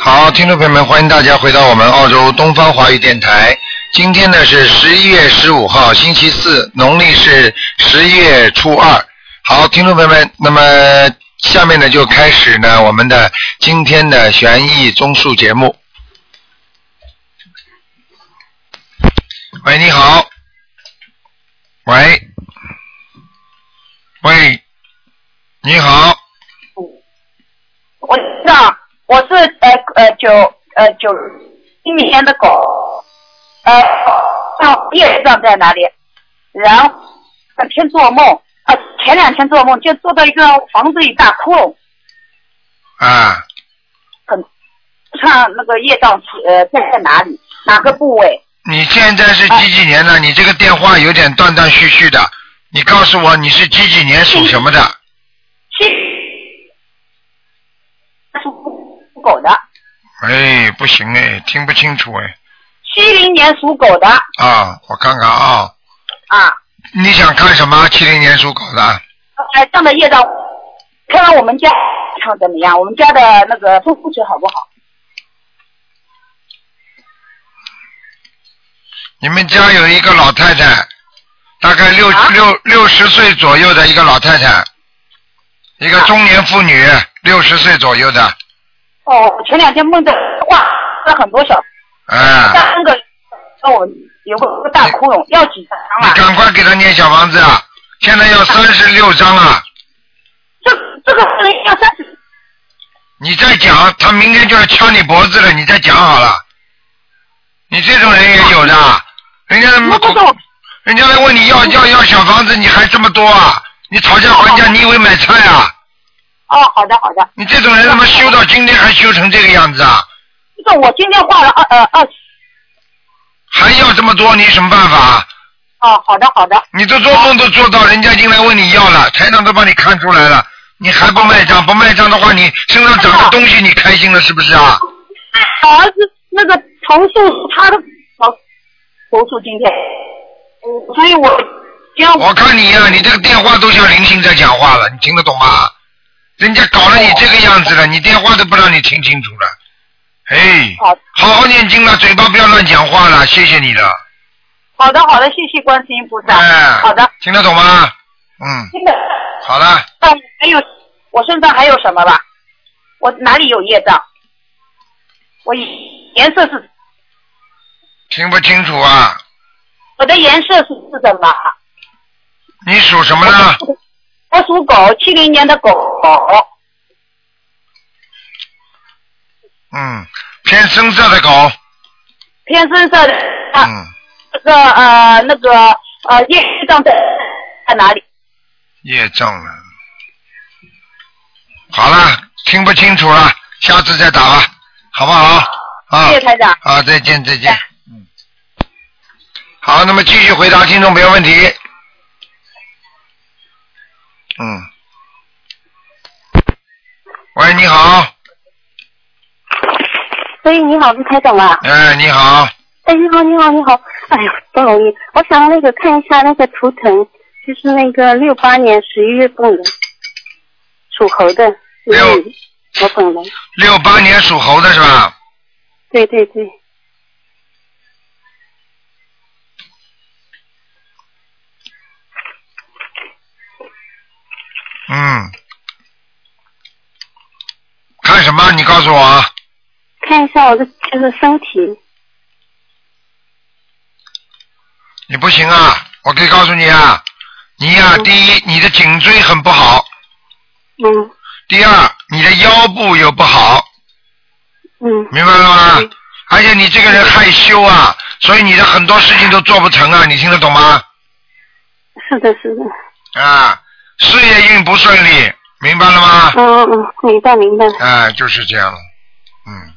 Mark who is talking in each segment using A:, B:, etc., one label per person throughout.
A: 好，听众朋友们，欢迎大家回到我们澳洲东方华语电台。今天呢是十一月十五号，星期四，农历是十一月初二。好，听众朋友们，那么下面呢就开始呢我们的今天的悬疑综述节目。喂，你好。喂，喂，你好，
B: 我知道，我是呃呃九呃九一年的狗，呃，那业障在哪里？然后两天做梦，呃，前两天做梦就做到一个房子里大窟窿，
A: 啊，
B: 很看那个业障呃在在哪里，哪个部位？
A: 你现在是几几年的？你这个电话有点断断续续的，你告诉我你是几几年属什么的？
B: 是属狗的，
A: 哎，不行哎，听不清楚哎，
B: 七零年属狗的
A: 啊，我看看啊，
B: 啊，
A: 你想看什么？七零年属狗的，
B: 呃，这样的业障，看看我们家看怎么样，我们家的那个风水好不好？
A: 你们家有一个老太太，大概六、
B: 啊
A: 六六十岁左右的一个老太太，一个中年妇女，六十岁左右的，
B: 哦，我前两天梦到画了很多小
A: 哎、
B: 三个，那
A: 哦
B: 我有个大窟窿，要几张
A: 你
B: 啊？
A: 赶快给他念小房子啊！现在要三十六章啊！
B: 这这个人要三十，
A: 你再讲，他明天就要掐你脖子了，你再讲好了。你这种人也有的，人家
B: 我不懂，
A: 人家来问你要要要小房子，你还这么多啊？你讨价还价，你以为买菜啊？
B: 哦，好的好的，
A: 你这种人他妈修到今天还修成这个样子啊？
B: 这个我今天画了二呃二十，
A: 还要这么多，你有什么办法？啊
B: 哦，好的好的，
A: 你都做梦都做到，人家已经来问你要了，台长都帮你看出来了，你还不卖账？不卖账的话，你身上长个东西，你开心了是不是啊？
B: 我儿子那个投诉他的投投诉今天，嗯，所以我要
A: 我看你呀、你这个电话都像灵性在讲话了，你听得懂吗？人家搞了你这个样子了，你电话都不让你听清楚了。哎，
B: 好
A: 好好念经了，嘴巴不要乱讲话了，谢谢你了。
B: 好的好的，谢谢观世音菩萨，
A: 哎，
B: 好的，
A: 听得懂吗？嗯，
B: 真的，
A: 好了，
B: 那还有我身上还有什么吧？我哪里有业障？我颜色是
A: 听不清楚啊？
B: 我的颜色是是什么？
A: 你属什么呢？
B: 我属狗，七零年的狗。
A: 嗯，偏深色的狗。
B: 偏深色的，啊，
A: 嗯，
B: 这个呃那个呃业障在在哪里？
A: 业障了。好了，听不清楚了，下次再打吧，好不好？啊。
B: 谢谢台长。
A: 好，再见，再见。嗯。好，那么继续回答听众朋友问题。嗯。喂，你好，
C: 喂，你好，是台长啊。
A: 哎，你好，
C: 哎，你好，你好，你好。哎呀，不好意思，我想那个看一下那个图腾，就是那个六八年十一月份的，属猴的，
A: 六
C: 嗯，我本人。
A: 六八年属猴的是吧？
C: 对对对，
A: 嗯。看什么？你告诉我啊。
C: 看一下我的就是身体。
A: 你不行啊！我可以告诉你啊，你呀、
C: 嗯
A: 第一，你的颈椎很不好；
C: 嗯
A: 第二，你的腰部又不好，
C: 嗯
A: 明白了吗
C: 嗯？
A: 而且你这个人害羞啊，所以你的很多事情都做不成啊，你听得懂吗？
C: 是的，是的。
A: 啊，事业运不顺利，明白了吗？
C: 嗯嗯嗯，明白明白。
A: 啊，就是这样了。嗯，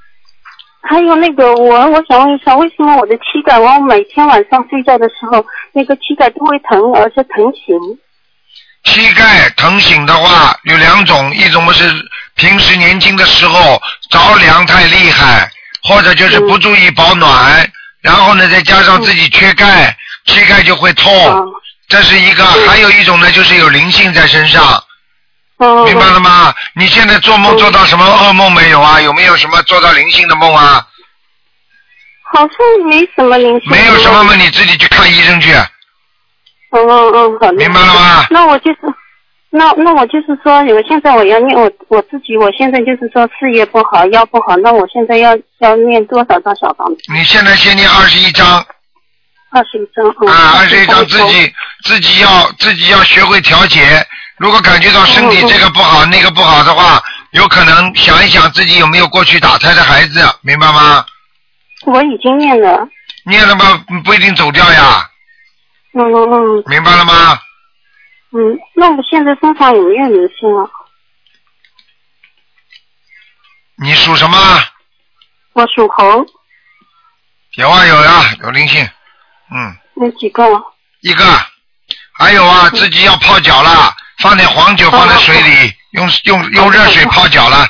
C: 还有那个我我想问一下，为什么我的膝盖，我每天晚上睡觉的时候，那个膝盖都会疼，而且疼醒？
A: 膝盖疼醒的话有两种，一种是平时年轻的时候着凉太厉害，或者就是不注意保暖，然后呢再加上自己缺钙，膝盖就会痛。
C: 啊
A: 这是一个，还有一种呢，就是有灵性在身上，
D: 哦，
A: 明白了吗？你现在做梦做到什么噩梦没有啊？有没有什么做到灵性的梦啊？
D: 好像没什么灵性。
A: 没有什么嘛，你自己去看医生去，
D: 嗯嗯嗯，好的。
A: 明白了吗？
D: 那我就是，那那我就是说，我现在我要念我我自己，我现在就是说事业不好，腰不好，那我现在要要念多少张小房子？
A: 你现在先念二十一章
D: 二十一张。嗯、
A: 啊，二十一章自己自己要自己要学会调节。如果感觉到身体
D: 嗯嗯
A: 这个不好那个不好的话，有可能想一想自己有没有过去打胎的孩子，明白吗？
D: 我已经念了，
A: 念了吧，不一定走掉呀，
D: 嗯嗯嗯
A: 明白了吗？
D: 嗯，那我现在身上有没有灵性啊？
A: 你属什么？
D: 我属猴，
A: 有啊有呀、有灵性，嗯，
D: 有几个啊？
A: 一个，还有啊，自己要泡脚了，放点黄
D: 哦
A: 酒放在水里，用用用热水泡脚了，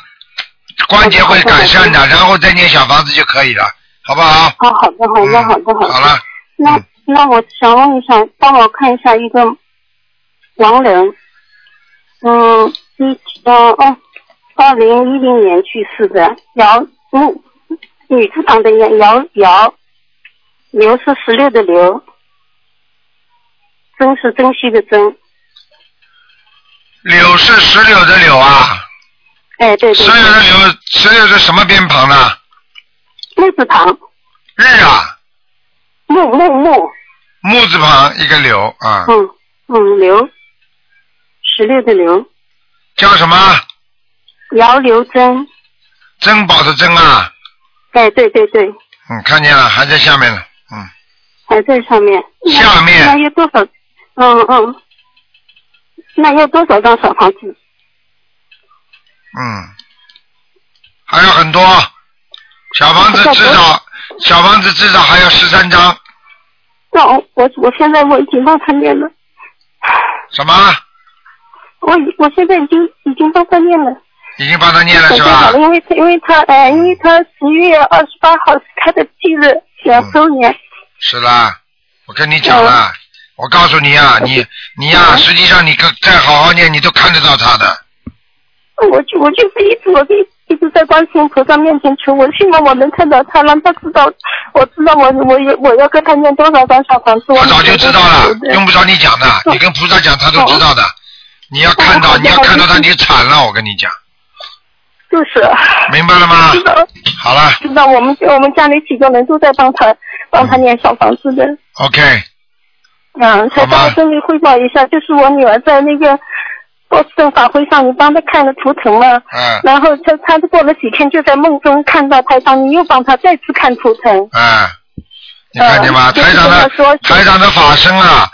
A: 关节会改善的，然后再念小房子就可以了，好不好？
D: 哦，好的，好的，好的，好
A: 嗯
D: 的。
A: 好了，
D: 那
A: 嗯
D: 那我想问一下，帮我看一下一个亡人，嗯，一呃哦，二零一零年去世的姚木女字旁的姚姚姚，刘是十六的刘，珍是珍惜的珍，
A: 柳是石榴的柳啊，
D: 哎对对
A: 石榴的
D: 对，
A: 柳，石榴是什么边旁呢？
D: 木字旁
A: 日啊，
D: 木木木，
A: 木字旁一个柳啊，
D: 嗯嗯刘，十六的刘，
A: 叫什么？
D: 姚刘珍，
A: 珍宝的珍啊，
D: 哎对对对。
A: 嗯，看见了，还在下面呢，嗯。
D: 还在上面。
A: 下面
D: 那那要多少？嗯嗯。那要多少张小房子？
A: 嗯，还有很多，小房子至少
D: 嗯
A: 小房子至少还有十三张，
D: 那我我我现在我已经帮他念了，
A: 什么
D: 我已我现在已经已经帮他念了，
A: 已经帮他念了
D: 准
A: 是
D: 备
A: 吧
D: 好了，？因为他因为他呃因为他十月二十八号是他的忌日两
A: 嗯
D: 周年，
A: 是啦，我跟你讲啦，我告诉你啊，你你呀、
D: 嗯
A: 实际上你跟再好好念，你都看得到他的，
D: 我就我就是一直我一一直在观世音菩萨面前求，我希望我能看到他，让他知道我知道我我也我要跟他念多少张小房子，
A: 我早就知道了，
D: 对
A: 用不着你讲的，
D: 嗯
A: 你跟菩萨讲他都知道的。你要看到，
D: 哦
A: 你要看到他，
D: 好
A: 你
D: 的
A: 就惨了，我跟你讲，
D: 就是
A: 明白了吗
D: 知？道。
A: 好了
D: 知道我们我们家里几个人都在帮他帮他念小房子的。
A: ，OK，
D: 嗯，台
A: 好
D: 长，
A: 吧
D: 我跟你汇报一下，就是我女儿在那个波士顿法会上，你帮她看了图腾嘛，
A: 嗯
D: 然后她她过了几天就在梦中看到台长，你又帮她再次看图腾。
A: 嗯，你看见吗？
D: 嗯
A: 台长的
D: 就是跟她说
A: 台长的法身啊，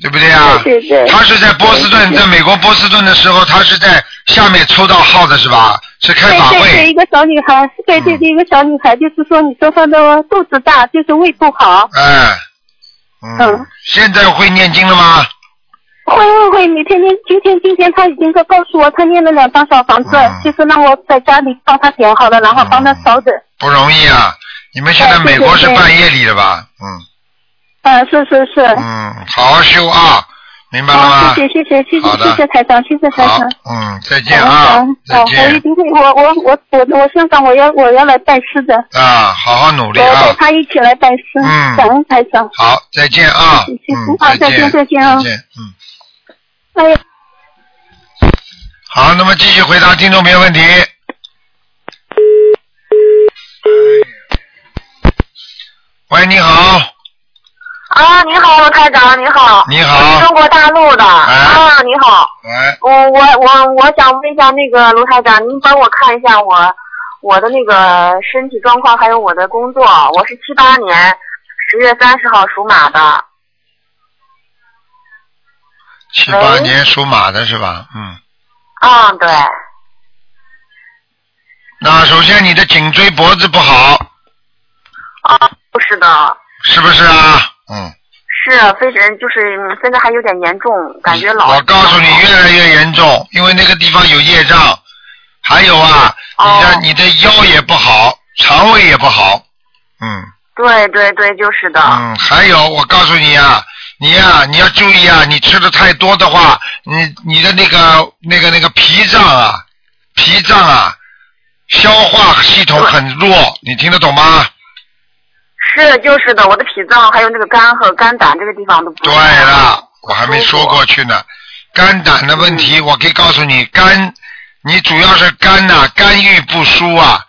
A: 对不对啊？
D: 对对对
A: 他是在波士顿，在美国波士顿的时候，他是在下面抽到号的是吧？是开
D: 对
A: 法
D: 对对，一
A: 会
D: 个小女孩，对对对，一个小女孩，就是说你说她的肚子大，就是胃不好。
A: 哎，嗯
D: 嗯，
A: 现在会念经了吗？
D: 会会会，每天念，今天今天她已经告告诉我，她念了两张小房子，
A: 嗯
D: 就是让我在家里帮她点好了，然后帮她烧的。
A: 不容易啊！你们现在
D: 对
A: 美国是
D: 对对
A: 半夜里的吧？嗯
D: 嗯，是是是。
A: 嗯，好好修啊，明白了
D: 好，
A: 吗？
D: 谢谢谢谢谢
A: 好
D: 谢
A: 的
D: 谢谢台长，谢谢台
A: 好
D: 长。，
A: 嗯，再见啊
D: 好，
A: 再
D: 好，我一
A: 见
D: 定会，我我我我我香港我要我要来拜师的，
A: 啊，好好努
D: 我
A: 力啊
D: 带！他一起来拜师
A: 嗯，
D: 感恩台长。
A: 好，再见啊！
D: 谢谢
A: 嗯，
D: 好再
A: 见，
D: 见再见啊
A: 再见，嗯。
D: 哎呀，
A: 好，那么继续回答听众朋友问题。喂，你好，
E: 啊，你好，罗台长，你好。
A: 你
E: 我是
A: 好
E: 中，国大陆的
A: 哎
E: 啊，你好，
A: 喂，
E: 我我我我想问一下那个卢台长，您帮我看一下我我的那个身体状况，还有我的工作。我是七八年十月三十号属马的，
A: 七八
E: 喂
A: 年属马的是吧？嗯，
E: 啊，对，
A: 那首先你的颈椎脖子不好，
E: 啊，是的，
A: 是不是啊？嗯，
E: 是非常就是嗯现在还有点严重，感觉老。
A: 我告诉你，越来越严重，因为那个地方有业障，还有啊，你的、
E: 哦
A: 你的腰也不好，肠胃也不好，嗯。
E: 对对对，就是的，
A: 嗯嗯，还有我告诉你啊，你呀、你要注意啊！你吃的太多的话，你你的那个那个那个脾脏啊，脾脏啊，消化系统很弱，你听得懂吗？
E: 是就是的，我的脾脏还有那个肝和肝胆这个地方都不
A: 对了，我还没说过去呢。肝胆的问
E: 嗯
A: 题，我可以告诉你，肝，你主要是肝呐、肝郁不舒啊，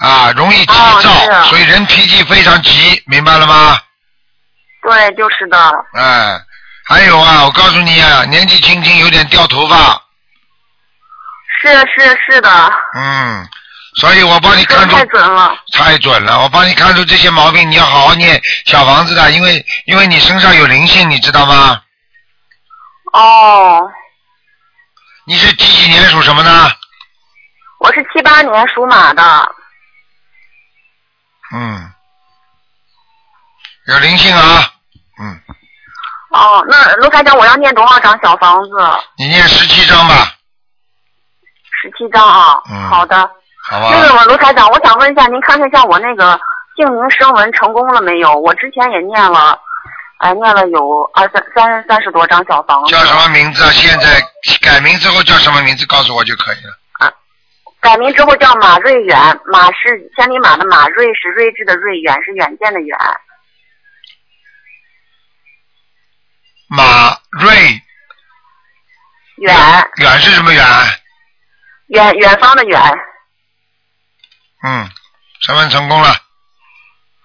A: 啊，容易急
E: 哦
A: 躁，
E: 是啊
A: 所以人脾气非常急，明白了吗？
E: 对，就是的。
A: 哎，还有啊，我告诉你啊，年纪轻轻有点掉头发，
E: 是是是的，
A: 嗯，所以我帮你
E: 说的
A: 看出
E: 太准了。
A: 太准了，我帮你看出这些毛病，你要好好念小房子的，因为因为你身上有灵性，你知道吗？
E: 哦，
A: 你是几几年属什么呢？
E: 我是七八年属马的，
A: 嗯，有灵性啊，嗯，
E: 哦，那卢台长，我要念多少张小房子？
A: 你念十七章吧，
E: 十七张啊。
A: 嗯
E: 好的。
A: 好吧？
E: 那个我卢台长，我想问一下，您看一下我那个姓名声纹成功了没有？我之前也念了，哎，念了有二三三三十多张小房子
A: 叫。什么名字啊？现在改名之后叫什么名字？告诉我就可以了。
E: 改名之后叫马瑞远，马是千里马的马，瑞是睿智的睿，远是远见的远。
A: 马瑞
E: 远
A: 远是什么远？
E: 远远方的远，
A: 嗯，身份成功了。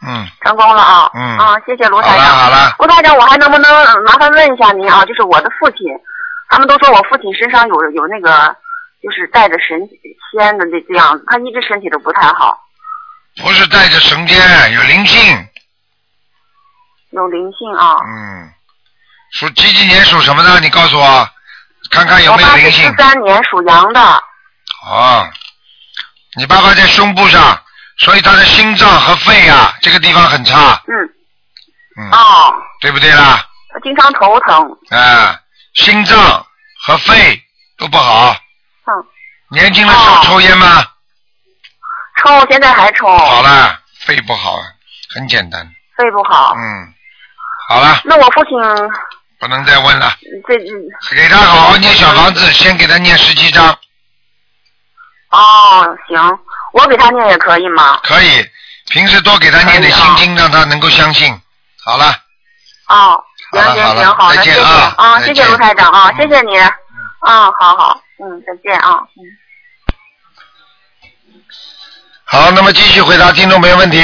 A: 嗯，
E: 成功了啊！
A: 嗯
E: 啊，谢谢
A: 好
E: 卢台
A: 了
E: 长。
A: 好了，
E: 吴台长，我还能不能呃麻烦问一下您啊？就是我的父亲，他们都说我父亲身上有有那个，就是带着神仙的这这样子，他一直身体都不太好，
A: 不是带着神仙，有灵性。
E: 有灵性啊。
A: 嗯，属几几年属什么呢？你告诉我，看看有
E: 我
A: 没有
E: 爸
A: 灵
E: 是
A: 性
E: 十。三年属羊的，
A: 哦，你爸爸在胸部上，所以他的心脏和肺啊这个地方很差，
E: 嗯，
A: 嗯，
E: 哦，
A: 对不对啦？
E: 他经常头疼，
A: 啊，心脏和肺都不好。
E: 嗯，
A: 年轻的时候
E: 哦
A: 抽烟吗？
E: 抽现在还抽，
A: 好了，肺不好，啊很简单。
E: 肺不好。
A: 嗯，好了，
E: 那我父亲嗯
A: 不能再问了，
E: 这嗯
A: 给他好好念小房子，先给他念十七章，
E: 哦行，我给他念也可以吗？
A: 可以。平时多给他念点
E: 可以
A: 心
E: 啊
A: 经，让他能够相信。好了，
E: 哦，行
A: 好了
E: 行
A: 好了
E: 行，好
A: 再
E: 的，谢
A: 见
E: 谢
A: 啊
E: 啊，
A: 再
E: 谢
A: 见嗯
E: 谢卢台长啊，谢谢你，啊，好好，嗯，再见啊。
A: 好，那么继续回答听众朋友问题。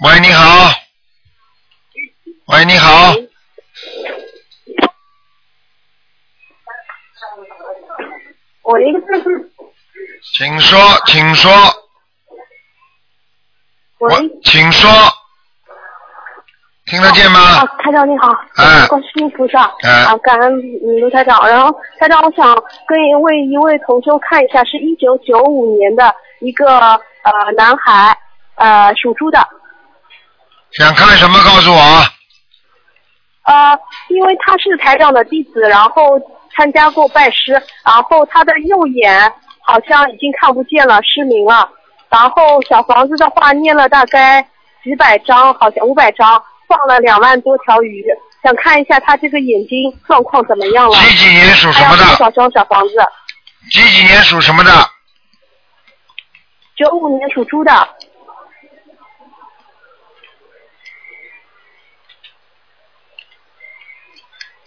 A: 喂，你好。喂，你好。
F: 我一个就是
A: 请说，请说，
F: 我
A: 我
F: 一
A: 请说，听得见吗
F: 啊？，台长你好，
A: 哎
F: 观世音菩萨，
A: 哎
F: 啊，感恩嗯卢台长。然后台长，我想跟一位一位同修看一下，是一九九五年的一个呃男孩，呃属猪的，
A: 想看什么告诉我。
F: 呃，因为他是台长的弟子，然后参加过拜师，然后他的右眼好像已经看不见了，失明了。然后小房子的话，念了大概几百张，好像五百张，放了两万多条鱼，想看一下他这个眼睛状况怎么样了。
A: 几几年属什
F: 还
A: 么
F: 有
D: 哎
F: 多
A: 的？
F: 少张小房子？
A: 几几年属什么的？
F: 九五年属猪的，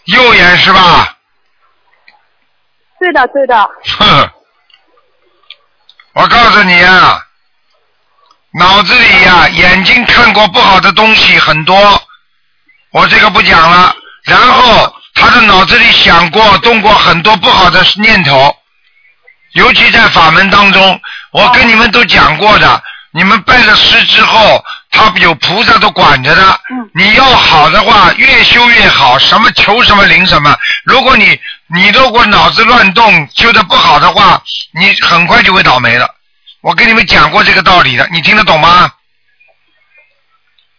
A: 右眼是吧？
F: 对的对的，
A: 哼，我告诉你啊，脑子里呀、眼睛看过不好的东西很多，我这个不讲了。然后他的脑子里想过、动过很多不好的念头，尤其在法门当中，我跟你们都讲过的，你们拜了师之后，他有菩萨都管着的。你要好的话，越修越好，什么求什么灵什么。如果你你如果脑子乱动，修的不好的话，你很快就会倒霉了。我跟你们讲过这个道理的，你听得懂吗？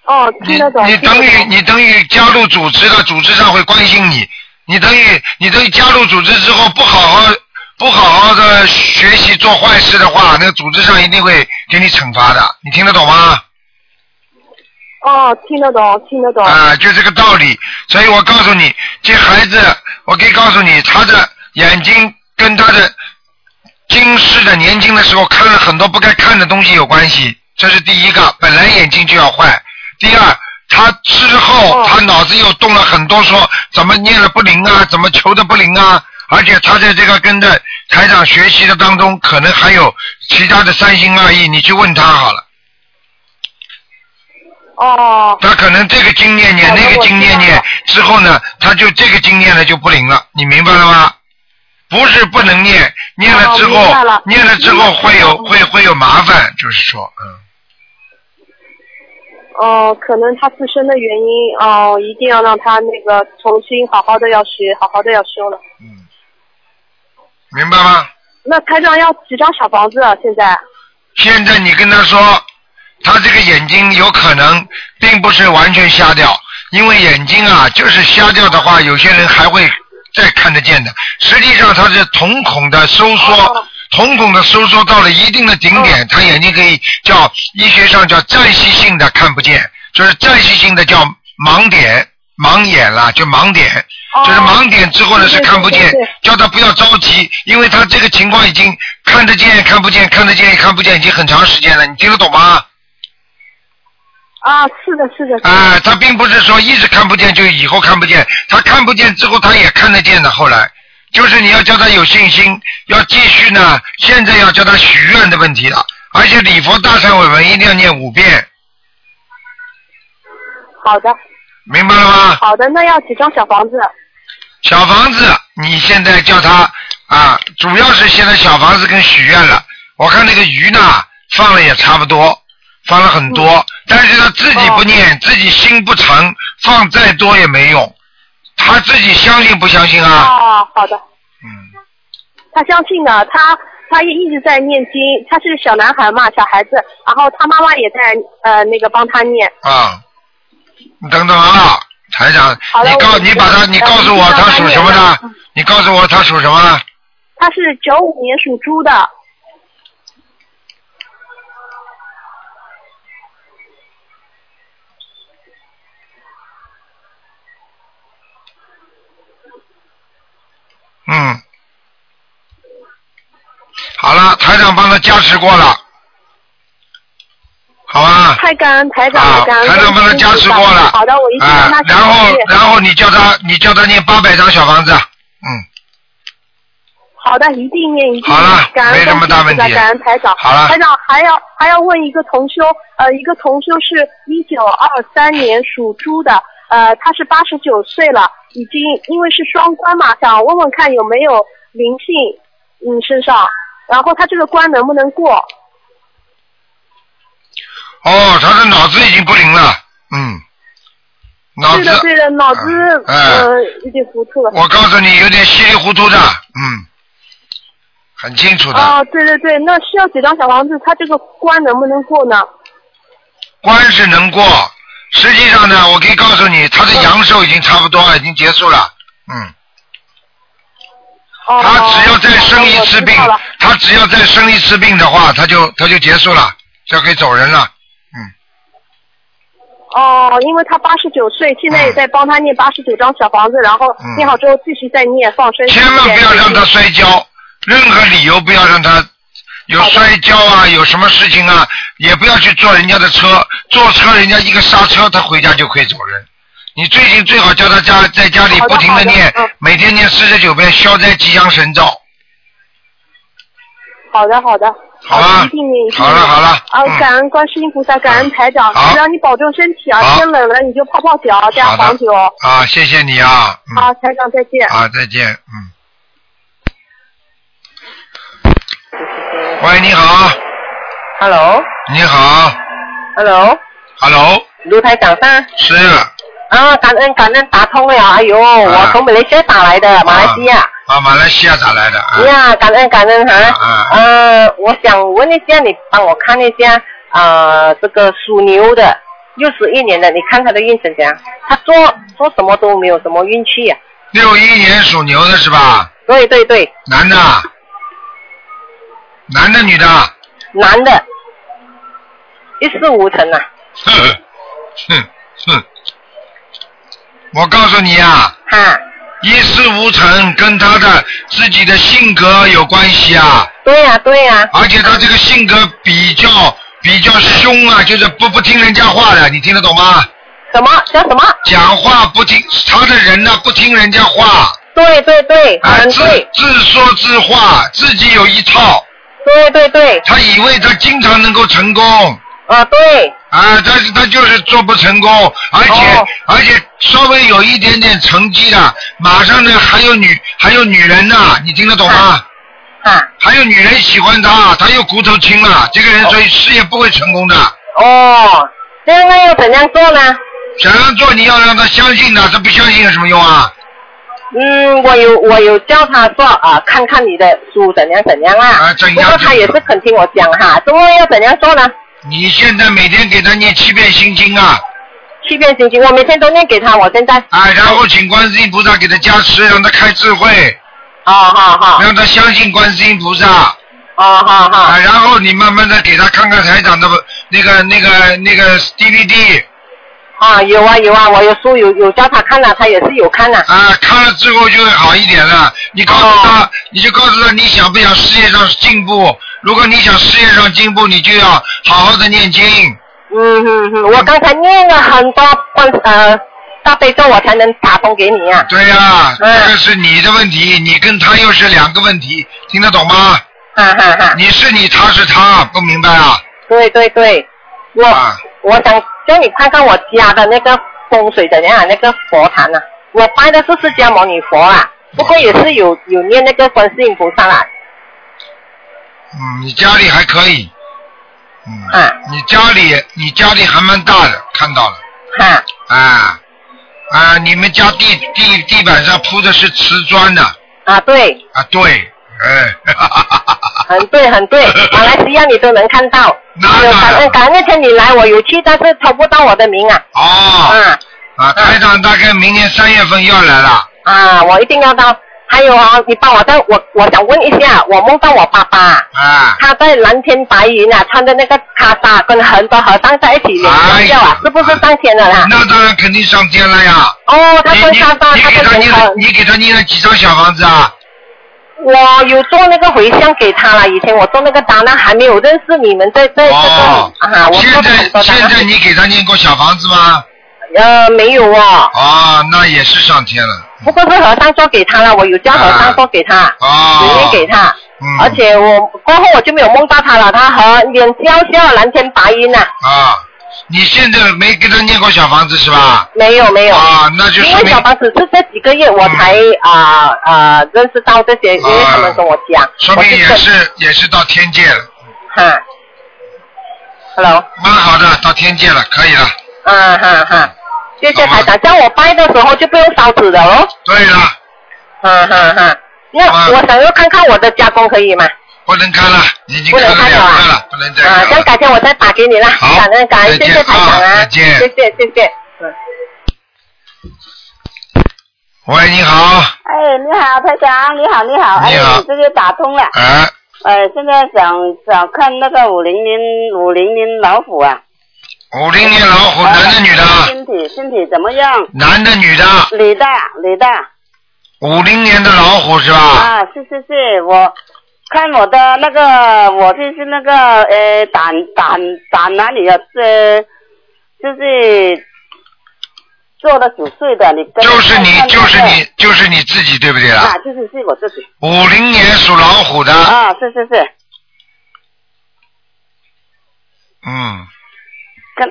F: 哦，
A: 你
F: 听得懂。
A: 你
F: 听得
A: 等于
F: 懂
A: 你等于加入组织了，组织上会关心你。你等于你等于加入组织之后，不好好不好好的学习做坏事的话，那个组织上一定会给你惩罚的。你听得懂吗？
D: 哦，听得懂，听得懂。
A: 啊，就这个道理。所以我告诉你，这孩子，我可以告诉你，他的眼睛跟他的近视的年轻的时候看了很多不该看的东西有关系，这是第一个，本来眼睛就要坏。第二，他之后
D: 哦嗯
A: 他脑子又动了很多说怎么念了不灵啊，怎么求的不灵啊，而且他在这个跟着台长学习的当中，可能还有其他的三心二意，你去问他好了。
D: 哦
A: 他可能这个经念念，
D: 好的
A: 那个经念
D: 我知道
A: 念
D: 了，
A: 之后呢，他就这个经念呢就不灵了，你明白了吗？不是不能念，念了之后，
D: 哦明白了
A: 念了之后会有
D: 嗯
A: 会会有麻烦，就是说，嗯
F: 呃
D: 哦，可能他自身的原因，哦，一定要让他那个重新好好的要学，好好的要修了。
A: 嗯嗯，明白吗？
D: 那台长要几张小房子啊？现在？
A: 现在你跟他说，他这个眼睛有可能并不是完全瞎掉，因为眼睛啊，就是瞎掉的话，有些人还会再看得见的。实际上，他是瞳孔的收缩
D: 哦，
A: 瞳孔的收缩到了一定的顶点，他眼睛可以叫医学上叫暂时性的看不见，就是暂时性的叫盲点、盲眼啦，就盲点。
D: 哦
A: 就是盲点之后呢
D: 对
A: 是看不见
D: 对对对，
A: 叫他不要着急，因为他这个情况已经看得见、看不见、看得见、看不见，已经很长时间了，你听得懂吗？
D: 啊，是的，是的。是的
A: 啊、他并不是说一直看不见就以后看不见，他看不见之后他也看得见的。后来就是你要叫他有信心，要继续呢，现在要叫他许愿的问题了，而且礼佛大忏悔文一定要念五遍，
D: 好的，
A: 明白了吗？
D: 好的，那要几张小房子？
A: 小房子，你现在叫他啊，主要是现在小房子跟许愿了。我看那个鱼呢，放了也差不多，放了很
D: 嗯
A: 多，但是他自己不念，
D: 哦
A: 自己心不诚，放再多也没用。他自己相信不相信啊？
D: 哦，好的。
A: 嗯，
D: 他相信的，他他也一直在念经，他是小男孩嘛，小孩子，然后他妈妈也在呃那个帮他念。
A: 啊，你等等啊，台长，
D: 好的
A: 你告
D: 我
A: 你把他，
D: 我
A: 你告诉我
D: 我知道
A: 他
D: 啊
A: 属什么的
D: 他念了？
A: 你告诉我他属什么？
D: 他是九五年属猪的，
A: 嗯，好了，台长帮他加持过了，好吧？
D: 太感恩台长
A: 啊，
D: 了，感恩
A: 台长帮他加持过了。
D: 好的，我一定
A: 啊
D: 让他，
A: 然
D: 继
A: 后
D: 续
A: 然后你叫他，你叫他念八百张小房子，嗯，
D: 好的，一定念，一定
A: 好了
D: 念。感
A: 没
D: 恩
A: 什么大问题
D: 观世音菩萨感恩台长。
A: 好了
D: 台长还要还要问一个同修，呃，一个同修是一九二三年属猪的，呃，他是八十九岁了，已经因为是双关嘛，想问问看有没有灵性，嗯，身上，然后他这个关能不能过？
A: 哦，他的脑子已经不灵了，嗯，脑
D: 对的，
A: 子，
D: 对的，脑子、
A: 哎
D: 呃有点糊涂了。
A: 我告诉你，有点稀里糊涂的，嗯，很清楚的，
D: 哦，对对对，那需要几张小房子？他这个关能不能过呢？
A: 关是能过，实际上呢，我可以告诉你，他的
D: 嗯
A: 阳寿已经差不多了，已经结束了，嗯。
D: 哦，
A: 他只要再生一次病
D: 我知道了，
A: 他只要再生一次病的话，他就他就结束了，就可以走人了。
D: 哦，因为他八十九岁，现在也在帮他念八十九张小房子，然后
A: 嗯
D: 念好之后继续再念放生。
A: 千万不要让他摔跤，任何理由不要让他有
D: 好的
A: 摔跤啊，有什么事情啊，也不要去坐人家的车，坐车人家一个刹车，他回家就可以走人。你最近最好叫他家在家里
D: 好的
A: 不停地
D: 好的
A: 念
D: 嗯，
A: 每天念四十九遍消灾吉祥神咒，
D: 好的，好的。
A: 好
D: 的
A: 吧
D: 一定念，一定
A: 好了
D: 念
A: 好了
D: 啊
A: 嗯，
D: 感恩观世音菩萨，感恩台长，
A: 好
D: 让你保重身体啊！
A: 好
D: 天冷了你就泡泡脚，这样
A: 好的
D: 防止哦。
A: 啊！谢谢你啊，嗯。
D: 好，台长再见。
A: 啊，再见，嗯。喂，你好，
G: Hello，Hello，
A: 啊你好，Hello，
G: 卢台长上
A: 是，
G: 啊，感恩感恩打通了，哎呦，我从马来西亚打来的，马来西亚，
A: 啊，马来西亚打来的啊，
G: 呀，感恩感恩
A: 啊
G: 哈，呃，我想问一下，你帮我看一下，呃，这个属牛的，六十一年的，你看他的运程怎样？他做做什么都没有什么运气呀、
A: 六一年属牛的是吧？
G: 对对对，
A: 男的，啊男的，女的，
G: 男的，一四五成啊，
A: 呵呵哼哼，我告诉你呀、
G: 哈，
A: 一事无成跟他的自己的性格有关系啊，
G: 对呀、对呀、
A: 而且他这个性格比较比较凶啊，就是不不听人家话的，你听得懂吗？
G: 什么叫什么？
A: 讲话不听，他的人呢、不听人家话，
G: 对对对，
A: 啊、
G: 很
A: 自
G: 对，
A: 自说自话，自己有一套，
G: 对对对，
A: 他以为他经常能够成功。
G: 啊对，
A: 啊，但是他就是做不成功，而且、
G: 哦
A: 而且稍微有一点点成绩的，马上呢还有女还有女人呐、你听得懂吗？
G: 哈，
A: 还有女人喜欢他，他又骨头轻了，这个人所以事业不会成功的。
G: 哦，那那要怎样做呢？
A: 想要做，你要让他相信的，他不相信有什么用啊？
G: 嗯，我有我有教他说啊，看看你的书怎样怎样啊。
A: 啊怎样
G: 不过他也是肯听我讲哈，怎么要怎样做呢？
A: 你现在每天给他念七遍心经啊，
G: 欺骗心情，我每天都念给他，我现在。
A: 啊，然后请观世音菩萨给他加持，让他开智慧，
G: 哦好好，
A: 让他相信观世音菩萨。
G: 哦好
A: 啊，
G: 好，
A: 然后你慢慢的给他看看台长的那个那个那个 DVD
G: 啊有啊有啊，我有书有有教他看了、他也是有看了、
A: 啊，看了之后就会好一点了。你告诉他，
G: 哦
A: 你就告诉他你想不想事业上进步。如果你想事业上进步，你就要好好的念经。
G: 嗯哼哼，我刚才念了很多关呃大悲咒，我才能打通给你啊。
A: 哎对呀、
G: 嗯
A: 这个是你的问题，你跟他又是两个问题，听得懂吗？
G: 哈哈哈，
A: 你是你，他是他，不明白啊？
G: 对对对，我、
A: 啊
G: 我想叫你看看我家的那个风水怎样啊，那个佛坛啊，我拜的是释迦牟尼佛啊，不过也是有有念那个观世音菩萨啦。
A: 嗯，你家里还可以。嗯。
G: 啊
A: 你家里，你家里还蛮大的，看到了。
G: 哈，
A: 啊啊！你们家地地地板上铺的是瓷砖的
G: 啊对，
A: 啊？对，哎， 哈哈哈哈哈
G: 很对很 对，马来西亚你都能看到。
A: 那
G: 还有
A: 当然
G: 感恩感恩那天你来我有去，但是投不到我的名啊。
A: 哦
G: 啊
A: 啊！台长大概明年三月份要来了
G: 啊，我一定要到。还有啊，你帮我在我我想问一下，我梦到我爸爸，
A: 啊！
G: 他在蓝天白云啊，穿着那个袈裟，跟很多和尚在一起聊笑
A: 哎
G: 啊
A: 呀，
G: 是不是上天了啦？
A: 那当然肯定上天了呀！
G: 哦，他
A: 你
G: 穿
A: 你
G: 袈裟，
A: 你
G: 他
A: 给他
G: 在天
A: 念了
G: 上。
A: 你给他念了几张小房子啊？
G: 我有做那个回向给他了，以前我做那个档案还没有认识你们在在这个、
A: 哦
G: 啊，，我做
A: 现
G: 了很
A: 在
G: 多档
A: 现在
G: 案。
A: 你给他念过小房子吗？
G: 呃，没有哦，
A: 啊，那也是上天了。
G: 不过是和尚做给他了，我有叫和尚做给他，只
A: 啊
G: 念，给他。
A: 嗯
G: 而且我过后我就没有梦到他了，他和脸笑笑，蓝天白云呐、
A: 啊，你现在没给他念过小房子是吧？
G: 没有没有。
A: 啊，那就
G: 因
A: 说
G: 为
A: 明
G: 小房子是这几个月我才啊啊、认识到这些，因为他们跟我讲，
A: 啊说
G: 我
A: 明
G: 就
A: 也
G: 跟
A: 是也是到天界了，
G: 哈，hello，
A: 蛮好的，到天界了，可以了。
G: 啊哈哈，谢谢
A: 好吧
G: 台长，像我拜的时候就不用烧纸了哦，
A: 对了，
G: 哈哈哈。那、
A: 好吧
G: 我想要看看我的加工可以吗？
A: 不能看了，你已经
G: 不能
A: 看了
G: 看了
A: 两
G: 啊
A: 个了，不能再
G: 啊，
A: 看
G: 这样
A: 了。
G: 改天我再打给你啦。
A: 好
G: 感恩感恩，
A: 再见
G: 谢谢台长
A: 啊
G: 啊，
A: 再见
G: 谢谢谢谢。嗯。
A: 喂，你好，
H: 哎，你好，台长，你好，你好，哎
A: 你好
H: 呀，你这就打通了。
A: 哎，
H: 呃，现在想想看那个五零零五零零老虎啊，
A: 五零年老虎，
H: 呃
A: 男的女的？
H: 身体身体怎么样？
A: 男的女的？
H: 女的女的
A: 五零年的老虎是吧？
H: 啊，是是是，我看我的那个，我就是那个呃胆胆胆哪里啊？这就是做了九岁的，你跟他
A: 就是你
H: 看看，
A: 就是
H: 那个
A: 你，就是你自己，对不对
H: 啊
A: 啦？，
H: 就是是我自己
A: 五零年属老虎的，
H: 啊，是是是，
A: 嗯，
H: 跟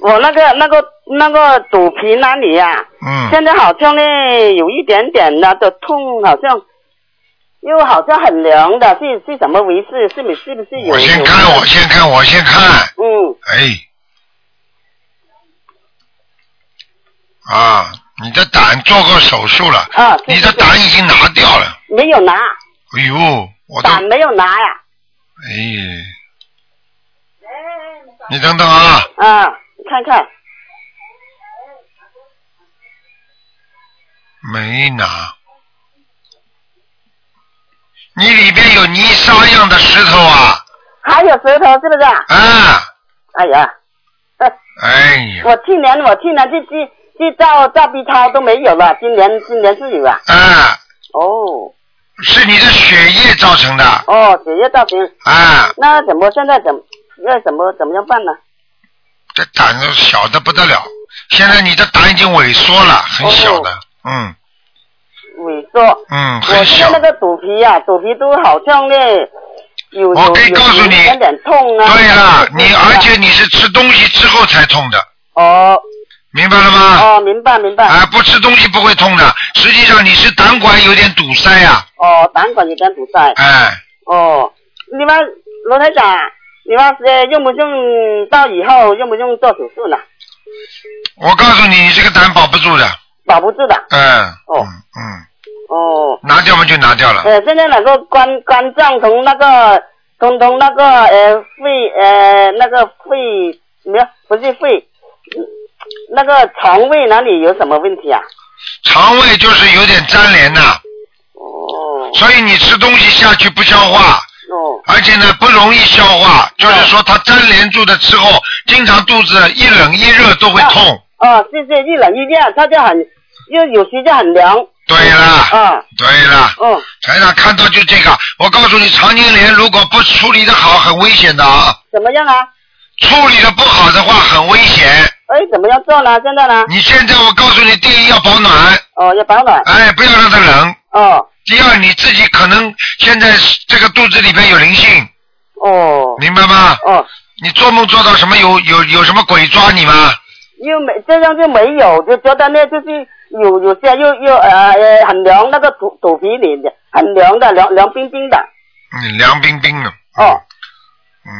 H: 我那个那个那个肚皮那里呀、
A: 嗯，
H: 现在好像呢有一点点那个痛，好像又好像很凉的，是是怎么回事？是不是不是有？
A: 我先看，我先看，我先看。
H: 嗯，
A: 哎，啊，你的胆做过手术了，
H: 啊，
A: 你
H: 是
A: 的胆已经拿掉了。
H: 没有拿，
A: 哎呦，我都
H: 胆没有拿呀、
A: 哎，你等等啊，
H: 啊，看看
A: 没拿。你里边有泥沙样的石头啊，
H: 还有舌头是不是？
A: 啊，
H: 啊哎呀，
A: 哎呀，
H: 我去年我去年去去去照照 B 超都没有了，今年今年是有啊。
A: 啊，
H: 哦
A: 是你的血液造成的
H: 哦，血液造型，
A: 啊，
H: 那怎么现在怎么要怎么怎么样办呢？
A: 这胆子小的不得了，现在你的胆已经萎缩了，很小
H: 哦
A: 的，嗯
H: 萎缩，
A: 嗯，
H: 我
A: 很
H: 现
A: 小
H: 在那。个肚皮啊，肚皮都好像呢，有有
A: 我可以告诉你
H: 有有点痛啊。
A: 对了，你
H: 有点痛啊
A: 而且你是吃东西之后才痛的，
H: 哦
A: 明白了吗？
H: 哦，明白明白，
A: 啊，不吃东西不会痛的，实际上你是胆管有点堵塞啊呀、
H: 哦，胆管有点堵塞。
A: 哎，
H: 哦，你们罗台长，你们呃用不用到以后用不用做手术呢？
A: 我告诉你，你这个胆保不住的，
H: 保不住的。
A: 嗯，
H: 哦
A: 嗯嗯，
H: 哦，
A: 拿掉嘛就拿掉了，
H: 呃，现在那个肝肝脏同那个同同那个呃肺呃那个肺没有不是肺，嗯那个肠胃哪里有什么问题啊？
A: 肠胃就是有点粘连呐、
H: 哦
A: 所以你吃东西下去不消化，
H: 哦
A: 而且呢不容易消化，就是说它粘连住的之后，经常肚子一冷一热都会痛。
H: 哦，谢谢，一冷一热，它就很又有时就很凉。
A: 对啦，
H: 啊
A: 对啦，
H: 哦
A: 台长看到就这个，我告诉你，肠痉挛如果不处理的好，很危险的啊，
H: 怎么样啊？
A: 处理的不好的话很危险。
H: 哎，怎么样做呢？现在呢？
A: 你现在我告诉你，第一要保暖，
H: 哦，要保暖。
A: 哎，不要让它冷。
H: 哦
A: 第二，你自己可能现在这个肚子里边有灵性，
H: 哦
A: 明白吗？
H: 哦，
A: 你做梦做到什么有有有什么鬼抓你吗？
H: 又没这样就没有，就觉得呢就是有有些又又呃呃很凉，那个肚肚皮里的很凉的，凉凉冰冰的。
A: 嗯，凉冰冰的。
H: 哦，
A: 嗯，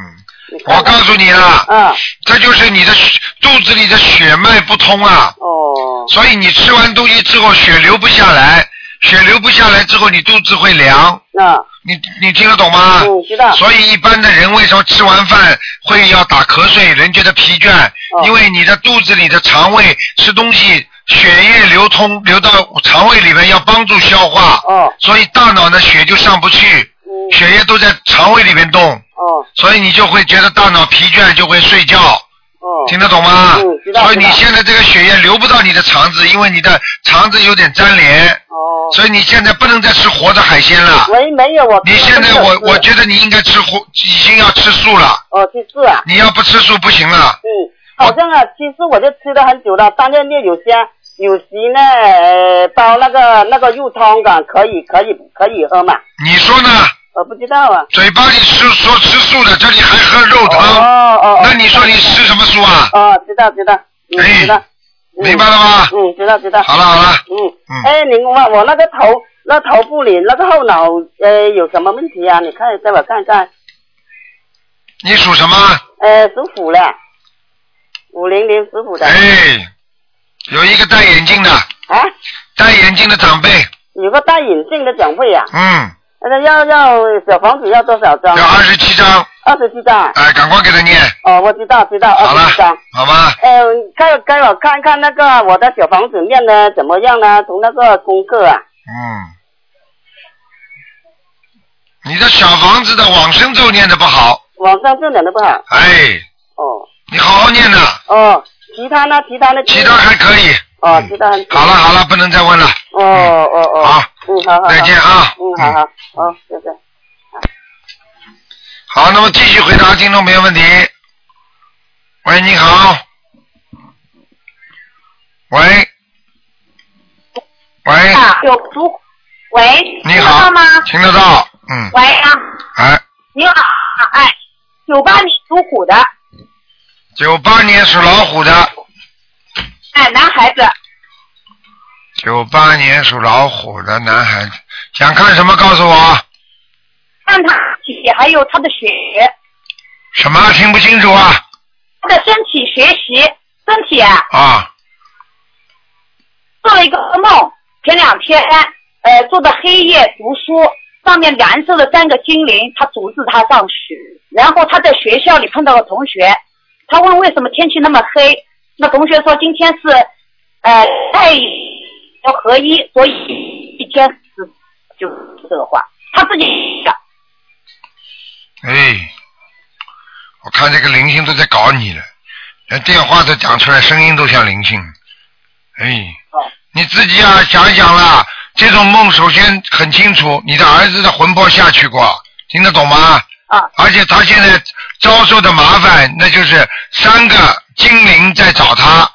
H: 你看
A: 我告诉你啦，
H: 啊
A: 这就是你的血肚子里的血脉不通啊，
H: 哦
A: 所以你吃完东西之后血流不下来，血流不下来之后你肚子会凉，
H: 那
A: 你你听得懂吗？
H: 嗯知道
A: 所以一般的人为什么吃完饭会要打瞌睡，人觉得疲倦，
H: 哦
A: 因为你的肚子里的肠胃吃东西，血液流通流到肠胃里面要帮助消化，
H: 哦
A: 所以大脑的血就上不去，
H: 嗯
A: 血液都在肠胃里面动。
H: 哦
A: 所以你就会觉得大脑疲倦，就会睡觉，
H: 哦
A: 听得懂吗？
H: 嗯知道
A: 所以你
H: 知道
A: 现在这个血液流不到你的肠子，因为你的肠子有点粘连，
H: 哦，
A: 所以你现在不能再吃活的海鲜了。
H: 没没有我
A: 你现在我我
H: 就
A: 觉得你应该吃活，已经要吃素了。
H: 哦去试啊，
A: 你要不吃素不行了。
H: 嗯，好像啊，其实我就吃了很久了，但是呢有些。有时呢，呃煲那个那个肉汤的，可以可以可以喝嘛？
A: 你说呢？
H: 我不知道啊。
A: 嘴巴里吃说吃素的，这里还喝肉汤，
H: 哦哦。哦
A: 那你说你吃什么素啊？
H: 哦，知道知道，嗯，
A: 哎
H: 知道，嗯
A: 明白了吗？
H: 嗯，知道知道，
A: 好了好了，
H: 嗯
A: 嗯，
H: 哎，您问我那个头，那头部里那个后脑，呃，有什么问题啊？你看，给我看看，
A: 你属什么？
H: 呃，属虎的，五零零属虎的，
A: 哎，有一个戴眼镜的，
H: 啊，
A: 戴眼镜的长辈，
H: 有个戴眼镜的长辈啊，
A: 嗯。
H: 那要要小房子要多少张？
A: 要二十七张，
H: 二十七张啊。
A: 哎，赶快给他念，
H: 哦，我知道知道，
A: 好
H: 二
A: 了
H: 十七张。，
A: 好吧？
H: 呃，该该我看看那个我的小房子面呢怎么样呢？从那个功课啊，
A: 嗯，你的小房子的往生咒念的不好，
H: 网上这两的不好
A: 哎，
H: 哦。
A: 你好好念呐，
H: 哦，其他呢？其他呢？
A: 其他还可以。嗯
H: 哦，其他很
A: 好了好了，不能再问了，嗯
H: 哦哦哦，
A: 好，
H: 嗯，好好，好
A: 再见，啊。
H: 嗯，好好，好，再见。
A: 好，那么继续回答听众朋友问题。喂，你好。喂。喂，
B: 啊，有足，喂，
A: 哎你
B: 听得
A: 好
B: 到吗？，
A: 听得到，嗯，
B: 喂啊，
A: 哎，
B: 你好，啊哎，九八年属虎的，
A: 九八年属老虎的，
B: 哎，男孩子，
A: 九八年属老虎的男孩子，想看什么？告诉我。
B: 看他体还有他的血，
A: 什么？听不清楚啊！
B: 他的身体学习，身体啊，
A: 啊，
B: 做了一个噩梦，前两天呃做的黑夜读书，上面燃烧了三个精灵，他阻止他上学。然后他在学校里碰到了同学，他问为什么天气那么黑，那同学说今天是呃太阳合一，所以一天是就是这个话，他自己想。
A: 哎，我看这个灵性都在搞你了，那电话都讲出来，声音都像灵性。哎，你自己啊想一想啦，这种梦首先很清楚，你的儿子的魂魄下去过，听得懂吗？
B: 啊。
A: 而且他现在遭受的麻烦，那就是三个精灵在找他。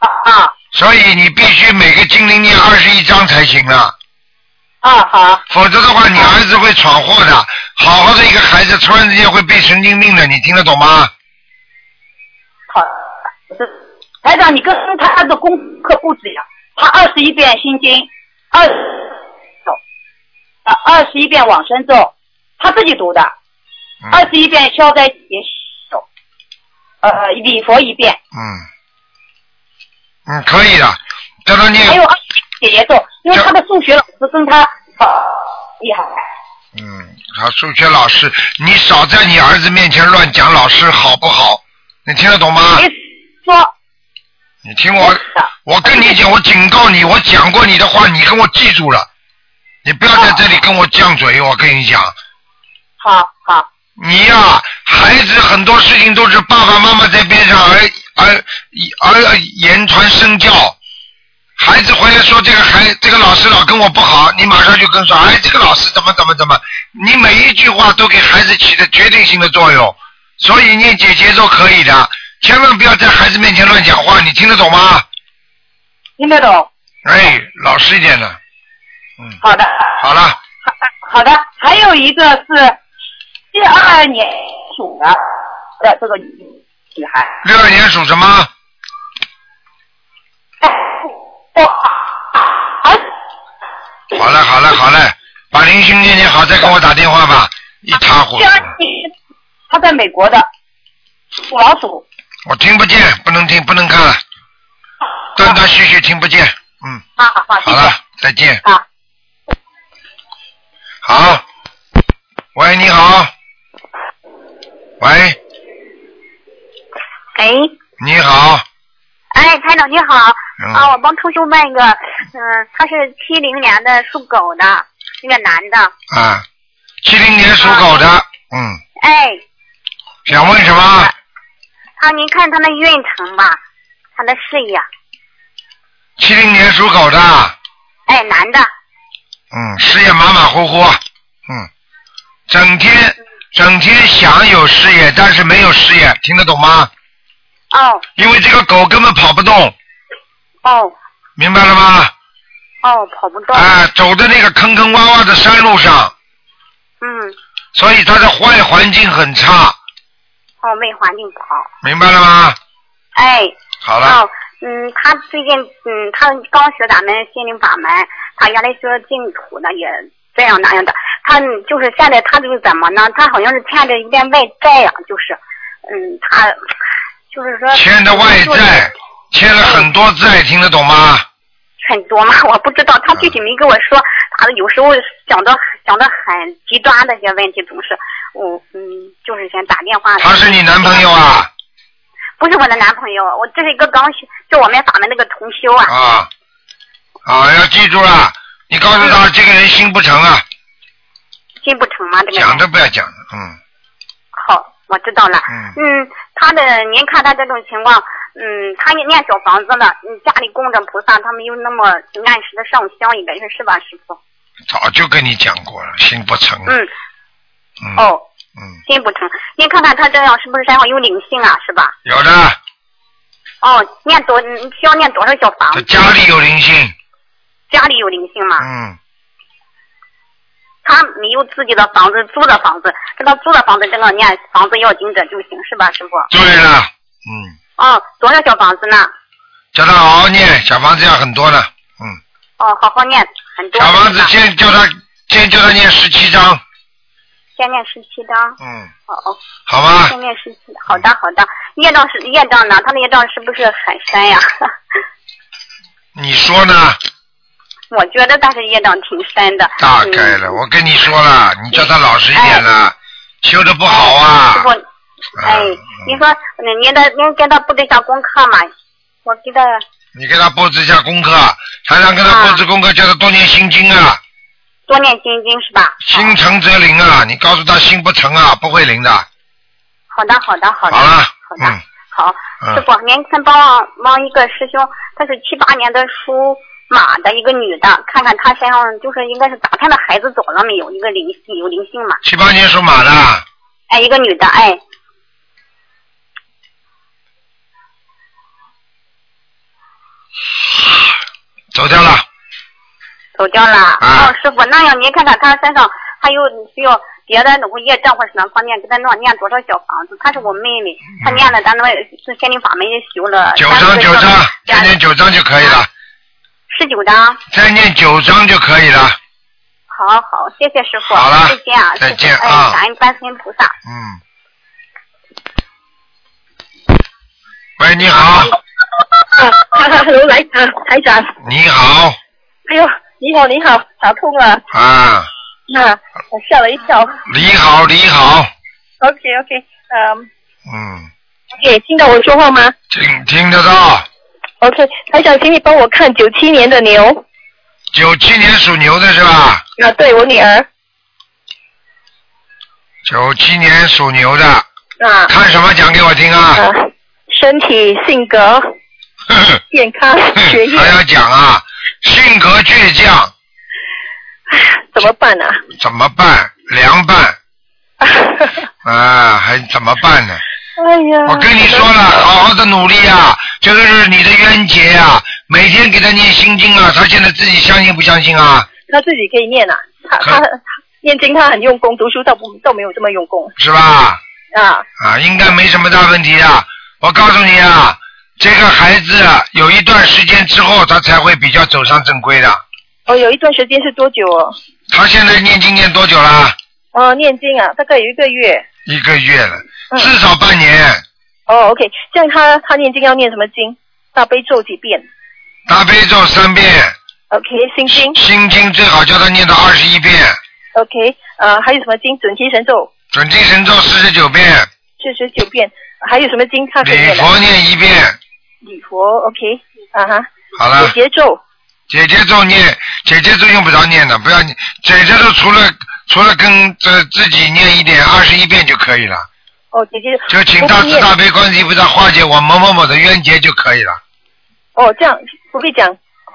B: 啊
A: 所以你必须每个精灵念二十一章才行啊，
B: 啊好
A: 否则的话你儿子会闯祸的。好好的一个孩子，突然之间会变神经病的，你听得懂吗？
B: 好，是台长，你跟他的功课不止呀，他二十一遍心经，二啊二十一遍往生咒，他自己读的，
A: 嗯
B: 二十一遍消灾解手，呃礼佛一遍，
A: 嗯，嗯，可以的，叫他念
B: 还，有二十一遍解结咒，因为他的数学老师跟他啊厉害，
A: 嗯，好，数学老师，你少在你儿子面前乱讲老师好不好？你听得懂吗？
B: 没说
A: 你听我，我跟你讲，我警告你，我讲过你的话，你跟我记住了，你不要在这里跟我犟嘴，我跟你讲。
B: 好好
A: 你呀、孩子很多事情都是爸爸妈妈在边上而而而言传身教。孩子回来说这个孩这个老师老跟我不好，你马上就跟说，哎，这个老师怎么怎么怎么，你每一句话都给孩子起着决定性的作用，所以念姐姐都可以的，千万不要在孩子面前乱讲话，你听得懂吗？
B: 听得懂，
A: 哎，老实一点的，嗯，
B: 好的。
A: 好了，
B: 好的，还有一个是第二年属的的这个女女孩，
A: 六二年属什么？
B: 我
A: 好
B: 儿
A: 了好了好了，把灵性念念好，再跟我打电话吧。一塌糊
B: 第
A: 涂，
B: 二年她在美国的属老鼠，
A: 我听不见，不能听，不能看了，断断续续听不见。嗯，
B: 啊好，
A: 好
B: 谢谢
A: 了，再见。
B: 啊，
A: 好，喂，你好，喂，
I: 哎，
A: 你好，
I: 哎，台长你好，
A: 嗯
I: 啊，我帮同学问一个，嗯、他是七零年的属狗的，那个男的，
A: 啊，七零年属狗的，嗯，
I: 哎，
A: 想问什么？
I: 他您看他的运程吧，他的事业，
A: 七零年属狗的，
I: 哎，男的，
A: 嗯，事业马马虎虎，嗯，整天整天想有事业，但是没有事业，听得懂吗？
I: 哦
A: 因为这个狗根本跑不动，
I: 哦
A: 明白了吗？
I: 哦，跑不动，
A: 啊，走的那个坑坑洼洼的山路上，
I: 嗯，
A: 所以它的坏环境很差，
I: 哦，为环境不好，
A: 明白了吗？
I: 哎，
A: 好了，
I: 哦，嗯，他最近，嗯，他刚学咱们心灵法门，他原来学净土的，也这样那样的。他嗯就是现在他就是怎么呢？他好像是欠着一点外债呀、就是，嗯，他就是说
A: 欠的外
I: 就是
A: 债，欠了很多债，听得懂吗？
I: 很多嘛， 我不知道，他具体没跟我说。他有时候想的想的很极端的一些问题，总是，我嗯，就是想打电话。
A: 他是你男朋友？啊？
I: 不是我的男朋友，我这是一个刚学，就我们法门那个同修啊。
A: 啊啊，要记住了，你告诉
I: 嗯
A: 他这个人心不诚啊，
I: 进不成吗？这个人
A: 讲都不要讲，嗯，
I: 好，我知道了。
A: 嗯
I: 嗯，他的您看他这种情况，嗯，他也念小房子了，嗯，家里供着菩萨，他没有那么按时的上香，应该是是吧，师傅？
A: 嗯早就跟你讲过了，心不诚，啊
I: 嗯，
A: 嗯
I: 哦，
A: 嗯，
I: 心不诚。您看看他这样是不是身上有灵性啊？是吧？
A: 有的，
I: 哦，念多嗯需要念多少小房
A: 他
I: 子？
A: 家里有灵性，
I: 家里有灵性吗？
A: 嗯，
I: 他没有自己的房子，租的房子，这个租的房子这个念房子要经者就行，是吧，师傅？
A: 对了，嗯，
I: 哦，多少小房子呢？
A: 叫他好好念，小房子要很多呢，嗯。
I: 哦，好好念，很多。
A: 小房子
I: 是吧
A: 先叫他先叫他念十七章，
I: 先念十七章。
A: 嗯，
I: 哦哦。
A: 好吗？
I: 后面是好的好的，业障是业障呢，他的业障是不是很深呀？
A: 你说呢？
I: 我觉得他是业障挺深的。
A: 大概了，
I: 嗯、哎
A: 我跟你说了，你叫他老实一点了，修的不好啊
I: 师。傅，哎
A: 嗯，
I: 您说，嗯您的您给他布置一下功课嘛？我给他，
A: 你给他布置一下功课，常常给他布置功课，叫他多念心经啊，
I: 多念心经是吧？
A: 心诚则灵啊。你告诉他心不诚啊，不会灵的。
I: 好的好的
A: 好
I: 好的
A: 了
I: 好，的
A: 嗯，
I: 口。
A: 嗯
I: 师傅，您看帮忙帮一个师兄，他是七八年的属马的一个女的，看看她身上就是应该是打胎的孩子走了没有？一个灵有灵性嘛？
A: 七八年属马的，
I: 哎，一个女的，哎，
A: 走掉了。
I: 走掉了。
A: 啊
I: 哦，师傅，那样您看看她身上还有需要别的那个业障或者什么方面，给她弄念多少小房子？她是我妹妹，她念了咱们是心灵法门也修了
A: 嗯九张九张，再念九张就可以了，
I: 十九张。
A: 再念九张就可以了。
I: 好好，谢谢师傅，
A: 好了
I: 再见啊，
A: 再
I: 师傅
A: 见啊
I: 哎，感恩观世音菩萨。
A: 嗯。喂，你好，
F: 啊哈哈，hello，来
D: 嗯
F: 啊，台长，
A: 你好
F: 哎呦，你好，你好，打通了，
A: 啊，
F: 啊，我吓了一跳。
A: 你好，你好，
F: OK OK，嗯、
A: 嗯，
F: OK，听到我说话吗
A: 听听得到。
F: ？OK，台长，请你帮我看九七年的牛，
A: 九七年属牛的是吧？
F: 啊，对我女儿，
A: 九七年属牛的，
F: 啊
A: 看什么讲给我听啊？
F: 啊，身体、性 格、
A: 呵呵
F: 健康、学业
A: 还要讲啊？性格倔强
F: 怎么
G: 啊
F: 办呢、
A: 怎么办？凉 拌
F: 啊？
A: 啊，还怎么办呢？
F: 哎呀，
A: 我跟你说了，好好的努力啊，这个是你的冤结啊！每天给他念心经啊，他现在自己相信不相信啊？
F: 他自己可以念啊，他
A: 可
F: 他他念经他很用功，读书倒不倒没有这么用功
A: 是吧？
F: 啊。
A: 啊，应该没什么大问题的。我告诉你啊，这个孩子有一段时间之后，他才会比较走上正规的。
F: 哦，有一段时间是多久哦？
A: 他现在念经念多久了？
F: 哦，念经啊，大概有一个月。
A: 一个月了，
F: 嗯
A: 至少半年。
F: 哦，OK，这样他他念经要念什么经？大悲咒几遍
A: 大悲咒三遍，
F: ？OK，心经
A: 心经最好叫他念到二十一遍，
F: ，OK，呃，还有什么经？准提神咒
A: 准提神咒四十九遍，
F: 四十九遍，还有什么经他可以
A: 礼
F: 念的？
A: 佛念一遍。
F: 礼佛，OK，啊哈，
A: 好了。
F: 解结咒，
A: 姐姐咒念，姐姐咒用不着念的，不要念。姐姐咒除了除了跟这自己念一点二十一遍就可以了，
F: 哦，解结
A: 就请大慈大悲观世音菩萨化解我某某某的冤结就可以了。
F: 哦，这样我会讲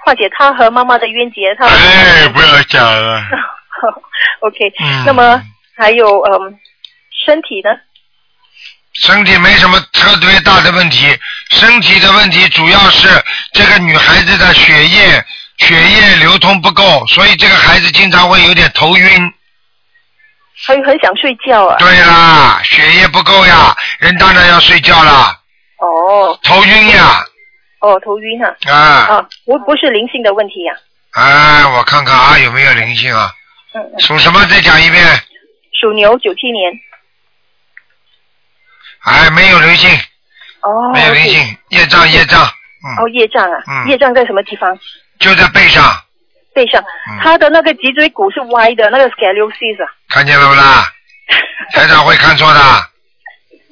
F: 化解他和妈妈的冤结，他。
A: 哎，不要讲了。
F: OK，、
A: 嗯
F: 那么还有嗯，身体呢？
A: 身体没什么特别大的问题，身体的问题主要是这个女孩子的血液血液流通不够，所以这个孩子经常会有点头晕。
F: 还有很想睡觉啊。
A: 对啦，血液不够呀，人当然要睡觉啦，
F: 哦
A: 头晕呀，
F: 哦，头晕啊。
A: 啊。
F: 啊，不不是灵性的问题呀、
A: 哎，我看看啊，有没有灵性啊？
F: 嗯嗯，
A: 属什么？再讲一遍。
F: 属牛，九七年。
A: 哎，没有灵性，
F: 哦，
A: 没有灵
F: OK。
A: 性，业障业障，
F: 哦，
A: 嗯，
F: 业障啊，
A: 嗯
F: 业障在什么地方？
A: 就在背上，
F: 背上，
A: 嗯
F: 他的那个脊椎骨是歪的，那个 scoliosis 啊。
A: 看见了不 啦？台长会看错的。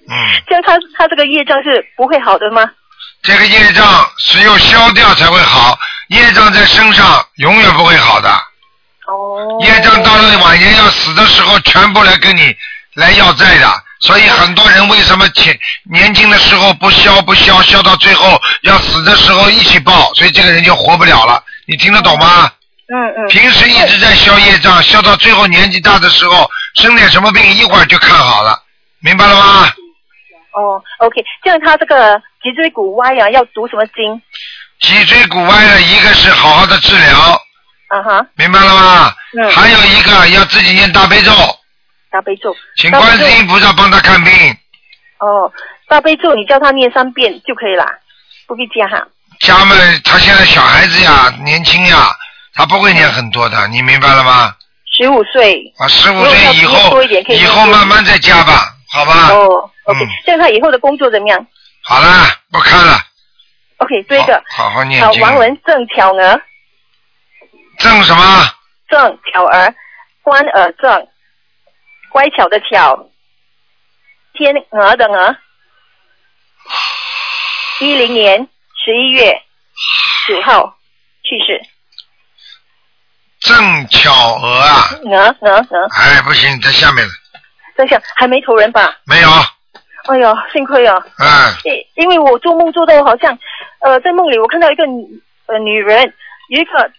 A: 嗯，
F: 这样他他这个业障是不会好的吗？
A: 这个业障只有消掉才会好，业障在身上永远不会好的。
F: 哦。
A: 业障到了晚年要死的时候，全部来跟你来要债的。所以很多人为什么前年轻的时候不消不消，消到最后要死的时候一起报，所以这个人就活不了了。你听得懂吗？
F: 嗯嗯。
A: 平时一直在消业障，消到最后年纪大的时候生点什么病，一会儿就看好了，明白了吗？
F: 哦，OK，这样他这个脊椎骨歪啊，要读什么经？
A: 脊椎骨歪了，一个是好好的治疗，
F: 啊哈，
A: 明白了吗？
F: 嗯
A: 还有一个要自己念大悲咒，
F: 大悲咒。
A: 请观世音菩萨帮他看病。
F: 哦，大悲咒你叫他念三遍就可以啦，不必加哈。
A: 家嘛，他现在小孩子呀，年轻呀，他不会念很多的，你明白了吗？
F: 十五岁。
A: 啊，十五
F: 如果要
A: 岁以
F: 多
A: 后
F: 一点可，以
A: 以
F: 多
A: 后
F: 一点
A: 慢慢再加吧，好吧？
F: 哦，OK，、
A: 嗯
F: 这样他以后的工作怎么样
A: 好啦，不看了。
F: ？OK，这个
A: 好好好念
F: 啊，
A: 经。
F: 王文正巧儿，
A: 正什么？
F: 正巧儿，关尔正，乖巧的巧，天鹅的鹅，一零年十一月九号去世，
A: 郑巧娥啊！哎
F: 鹅鹅鹅，
A: 哎，不行，在下面了，
F: 真相还没投人吧？
A: 没有，
F: 哎呦，幸亏啊，
A: 嗯，
F: 因因为我做梦做到好像，呃，在梦里我看到一个女呃女人，有一个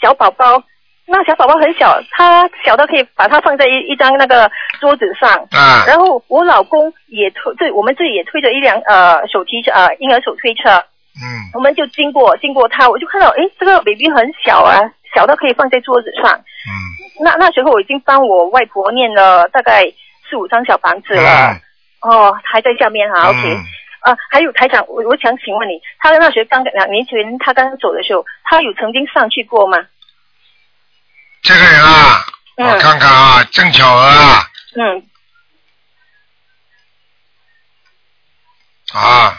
F: 小宝宝，那小宝宝很小，他小到可以把它放在一一张那个桌子上，
A: 啊，
F: 然后我老公也推，对我们自己也推着一辆呃手提车呃婴儿手推车，
A: 嗯，
F: 我们就经过经过他，我就看到诶，这个 baby 很小啊，小到可以放在桌子上。
A: 嗯，
F: 那那时候我已经帮我外婆念了大概四五张小房子了，哦，还在下面
A: 嗯
F: 哈、o k 啊，还有台长，我我想请问你，他那时候刚两年前他刚走的时候，他有曾经上去过吗？
A: 这个人啊，
F: 嗯
A: 我看看啊，郑巧娥啊，
F: 嗯，
A: 啊，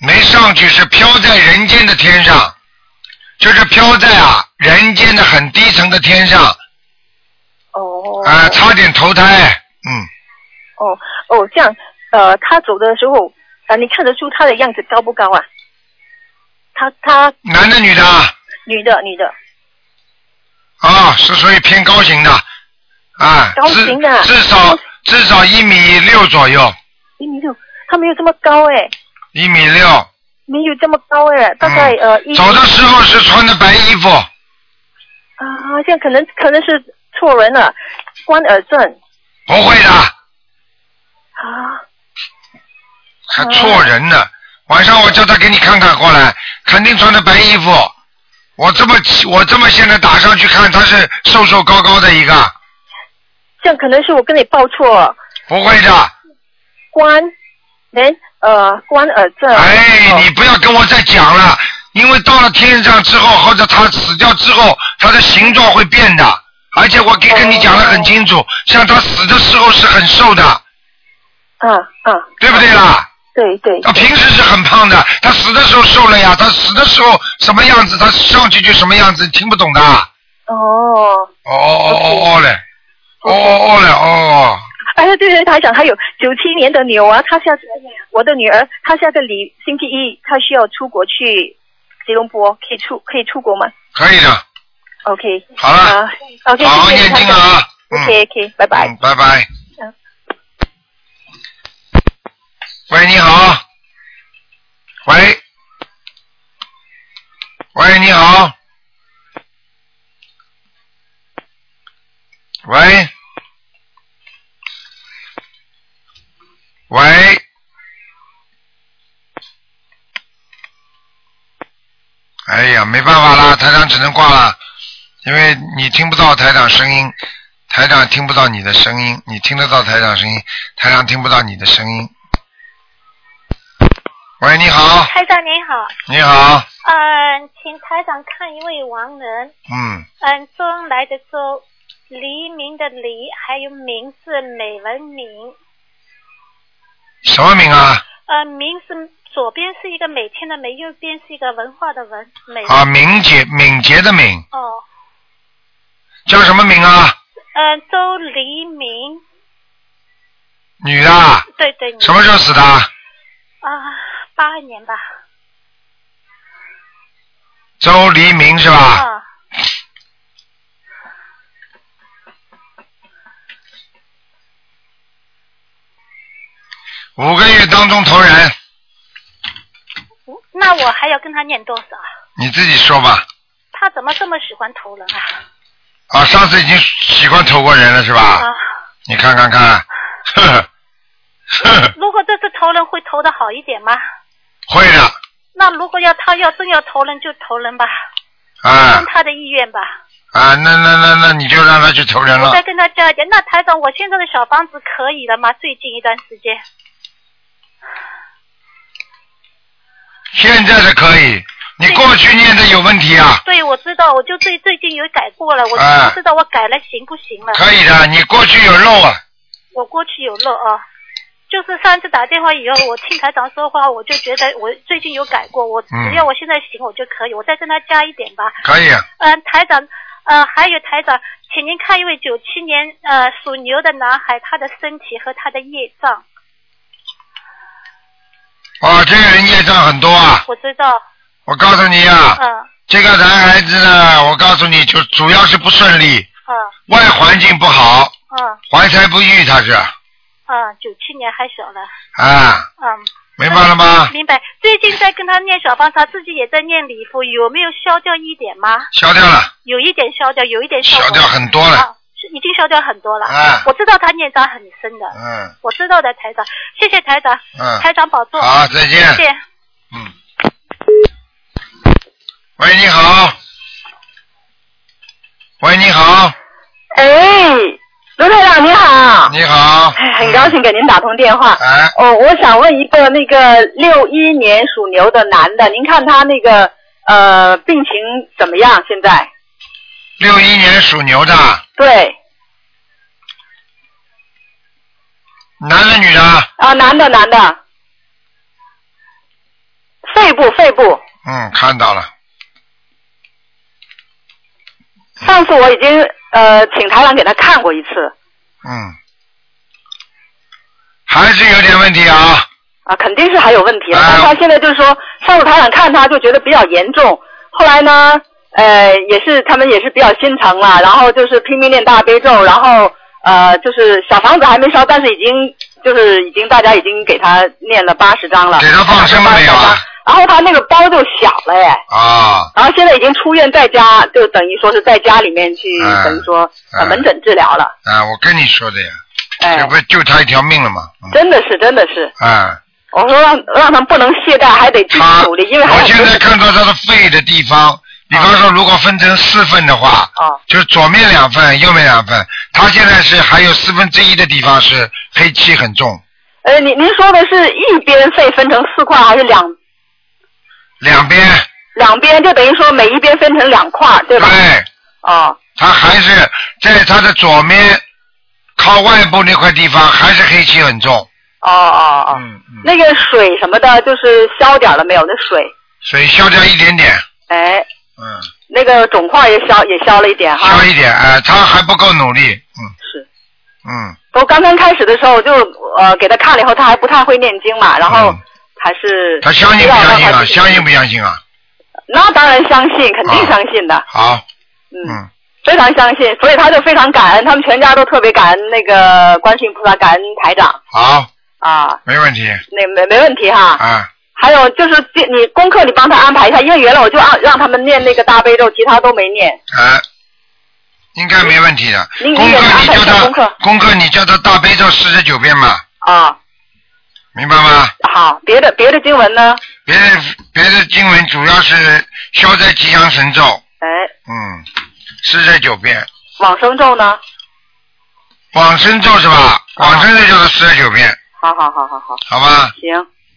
A: 没上去是飘在人间的天上，就是飘在啊人间的很低层的天上，
F: 哦，
A: 啊，差点投胎，嗯，
F: 哦哦，这样，呃，他走的时候，呃，你看得出他的样子高不高啊？他他
A: 男的女的啊
F: 女的女的，
A: 啊，是属于偏高型的，啊，
F: 高
A: 至
F: 型的
A: 至少至少一米六左右，
F: 一米六，他没有这么高哎，
A: 一米六，
F: 没有这么高哎，大概、
A: 嗯
F: 呃一
A: 走的时候是穿的白衣服，
F: 啊，这样可能可能是错人了，关尔症
A: 不会的，
F: 啊，
A: 还错人呢。晚上我叫他给你看看过来，肯定穿的白衣服。我这么我这么现在打上去看，他是瘦瘦高高的一个，
F: 这样可能是我跟你报错
A: 不会的。
F: 关，连呃关尔症，
A: 哎，
F: 哦
A: 你不要跟我再讲了，因为到了天上之后，或者他死掉之后，他的形状会变的。而且我可以跟你讲的很清楚，像他死的时候是很瘦的，
D: 嗯
F: 啊啊，
A: 对不对啦？
F: 对对
A: 他平时是很胖的，他死的时候瘦了呀，他死的时候什么样子，他上去就什么样子，你听不懂的啊。
F: 哦，
A: 哦哦哦哦嘞，哦哦哦嘞，哦，
F: 哎呀，对对，台长还有九七年的牛啊，她下次我的女儿，她下个礼星期一她需要出国去吉隆坡，可以出可以出国吗
A: 可以的，
F: ？OK，
A: 好了，
F: 啊，OK，
A: 好好
F: 谢谢
A: 念
F: 台
A: 经
F: 长
A: 啊，嗯
F: ，OK OK，拜拜。
A: 嗯，拜拜
F: 嗯。
A: 喂，你好。喂。喂，你好。喂。喂。哎呀，没办法啦，台长只能挂了，因为你听不到台长声音，台长听不到你的声音，你听得到台长声音，台长听不到你的声音。喂，你好，
J: 台长您好，
A: 你好，
J: 嗯，请台长看一位亡人，
A: 嗯，
J: 嗯，周恩来的周，黎明的黎，还有明是美文明，
A: 什么名啊？
J: 呃，明是左边是一个每天的每，右边是一个文化的文，美文
A: 啊，敏捷，敏捷的敏，
J: 哦，
A: 叫什么名啊？
J: 嗯，周黎明，
A: 女的啊，
J: 对对，你
A: 什么时候死的啊？
J: 啊？八二年吧，
A: 周黎明是吧？
J: 啊，
A: 五个月当中投人，
J: 嗯那我还要跟他念多少啊？
A: 你自己说吧。
J: 他怎么这么喜欢投人啊？
A: 啊，上次已经习惯投过人了是吧？
J: 啊，
A: 你看看看， 呵呵，呵 呵，
J: 如果这次投人会投的好一点吗？
A: 会的，
J: 那如果要他要真要投人就投人吧，
A: 啊
J: 按他的意愿吧。
A: 啊，那那那那你就让他去投人
J: 我
A: 了
J: 再。跟他加一点。那台长，我现在的小房子可以了吗？最近一段时间
A: 现在是可以，你过去念的有问题啊，
J: 对，我知道，我就最最近有改过了，我
A: 哎
J: 就不知道我改了行不行了。
A: 可以的，你过去有漏啊，
J: 我过去有漏啊，就是上次打电话以后，我听台长说话，我就觉得我最近有改过，我
A: 嗯
J: 只要我现在行，我就可以。我再跟他加一点吧。
A: 可以啊，
J: 嗯、台长，呃，还有台长，请您看一位九七年呃属牛的男孩，他的身体和他的业障，
A: 哇，哦这个人业障很多啊，
J: 嗯我知道，
A: 我告诉你啊，
J: 嗯
A: 这个男孩子呢，我告诉你就主要是不顺利，
J: 嗯
A: 外环境不好，
J: 嗯
A: 怀才不遇，他是，
J: 嗯，九七年还小了。
A: 啊，
J: 嗯。
A: 明白了吗？
J: 明白。最近在跟他念小方他自己也在念礼佛，有没有消掉一点吗？
A: 消掉了。
J: 有一点消掉，有一点消。消
A: 掉很多了
J: 啊，是已经消掉很多了。
A: 啊
J: 我知道他念障很深的，
A: 嗯
J: 我知道的，台长，谢谢台长，
A: 嗯
J: 台长保重。
A: 好再见
J: 谢谢。
A: 喂，你好。喂，你好，
K: 哎，卢台长你好，
A: 你好，
K: 哎，很高兴给您打通电话。
A: 哎，
K: 哦，我想问一个那个六一年属牛的男的，您看他那个呃病情怎么样？现在
A: 六一年属牛的，
K: 对
A: 男的女的？
K: 啊，男的男的，肺部肺部，
A: 嗯，看到了，
K: 上次我已经呃请台长给他看过一次
A: 嗯，还是有点问题啊。
K: 啊，肯定是还有问题
A: 哎
K: 了。但他现在就是说，上次台长看他就觉得比较严重，后来呢，呃，也是他们也是比较心疼了，然后就是拼命念大悲咒，然后呃，就是小房子还没烧，但是已经就是已经大家已经给他念了八十章了，
A: 给他放生了没有啊？
K: 然后他那个包就小了哎，
A: 啊，
K: 然后现在已经出院在家，就等于说是在家里面去，
A: 嗯
K: 等于说、呃、
A: 嗯
K: 门诊治疗了，
A: 啊，我跟你说的呀，
K: 哎
A: 这不救他一条命了吗？
K: 真的是真的是，
A: 啊，
K: 我说让让他们不能懈怠，还得继续努力，因为还
A: 我
K: 有
A: 现在看到他的肺的地
K: 哦
A: 方，比方说如果分成四份的话，就是左面两份，右面两份，他现在是还有四分之一的地方是黑气很重，
K: 呃，您您说的是一边肺分成四块，还是两
A: 两边
K: 两边？就等于说每一边分成两块，对吧？
A: 对。
K: 哦，
A: 他还是在他的左面靠外部那块地方还是黑气很重，
K: 哦哦哦。
A: 嗯
K: 那个水什么的，就是消点了没有？那水，
A: 水消掉一点点，
K: 哎，
A: 嗯，
K: 那个肿块也消也消了一点哈。
A: 消一点，哎、他还不够努力，嗯，
K: 啊是，
A: 嗯，
K: 我刚刚开始的时候就呃给他看了以后，他还不太会念经嘛，然后还
A: 嗯
K: 是
A: 他相信不
K: 要
A: 相
K: 让
A: 信
K: 他
A: 啊？
K: 去
A: 相信啊不相信啊？
K: 那当然相信，肯定相信的，
A: 好，
K: 嗯
A: 嗯，
K: 非常相信，所以他就非常感恩，他们全家都特别感恩那个观世音菩萨，感恩台长
A: 好，
K: 啊，
A: 没问题，
K: 那没没问题哈。
A: 啊，
K: 还有就是这你功课你帮他安排一下，因为原来我就让让他们念那个大悲咒，其他都没念。
A: 啊，应该没问题的。
K: 您
A: 功
K: 您给
A: 课
K: 他安
A: 你
K: 排
A: 叫
K: 一下
A: 他
K: 功课
A: 功课你叫他大悲咒四十九遍嘛，
K: 啊。
A: 明白吗？
K: 好，别的别的经文呢？
A: 别的别的经文主要是消灾吉祥神咒，
K: 哎，
A: 嗯，四十九遍，
K: 往生咒呢？
A: 往生咒是吧？往生咒就是四十九遍，
K: 好好好好好，
A: 好吧？
K: 行，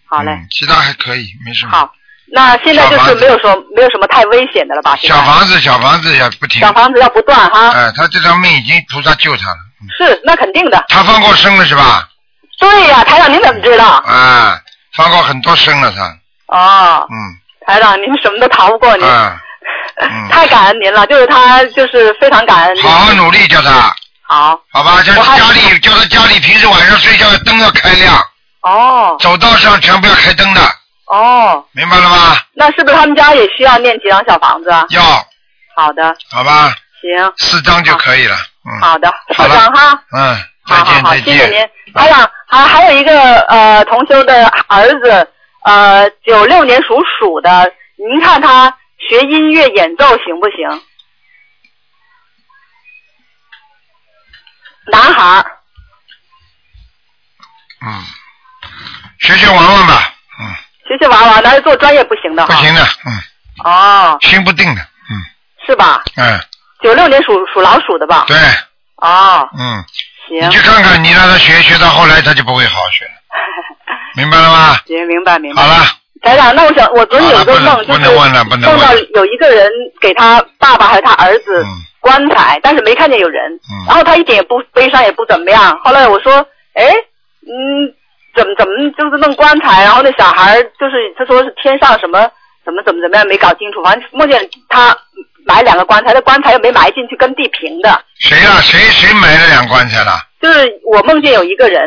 K: 好嘞。
A: 嗯，其他还可以，没什么。好，
K: 那现在
A: 小
K: 就是
A: 房子
K: 没有说没有什么太危险的了吧？现在
A: 小房子，小房子也不停。
K: 小房子要不断哈。
A: 哎，他这条命已经菩萨救他了，
K: 是，那肯定的。
A: 他放过生了是吧？
K: 对呀、台长您怎么知道？
A: 啊，放过很多生了他，
K: 哦，
A: 嗯，
K: 台长您什么都逃不过您，
A: 啊，嗯
K: 太感恩您了，就是他就是非常感恩您。
A: 好好努力叫他，
K: 好。
A: 好吧？叫他家里，叫他家里平时晚上睡觉的灯要开亮，
K: 哦
A: 走道上全部要开灯的，
K: 哦，
A: 明白了吗？
K: 那是不是他们家也需要念几张小房子啊？
A: 要，
K: 好的，
A: 好吧？
K: 行，
A: 四张就可以了，嗯，
K: 好的，
A: 好
K: 台
A: 了
K: 长哈，
A: 嗯，再
K: 好好
A: 见，
K: 好，
A: 再
K: 谢谢
A: 见。嗯
K: 您。台长，还还有一个呃同修的儿子，呃九六年属鼠的，您看他学音乐演奏行不行？男孩儿
A: 嗯，学学玩玩吧，
K: 学学玩玩，但是做专业不行的
A: 不
K: 哈。
A: 行的，嗯，
K: 哦，
A: 心不定的，
K: 是吧？
A: 嗯，
K: 九六年属属老鼠的吧？
A: 对，
K: 哦，
A: 嗯，
K: 行。
A: 你去看看，你让他学，学到后来他就不会好好学了，明白了吗？
K: 行，明白明白。
A: 好了，
K: 台长，那我想，我昨天有一个
A: 好
K: 梦，
A: 了
K: 就
A: 不
K: 是
A: 能不能问了不能问
K: 梦
A: 了
K: 到有一个人给他爸爸还有他儿
A: 嗯
K: 子棺材，但是没看见有人，然后他一点也不悲伤，也不怎么样。后来我说，哎，嗯，怎么怎么就是弄棺材？然后那小孩儿就是他说是天上什么怎么怎么怎么样没搞清楚，反正梦见他埋两个棺材，那棺材又没埋进去，跟地平的。
A: 谁呀、谁谁买了两棺材了？
K: 就是我梦见有一个人，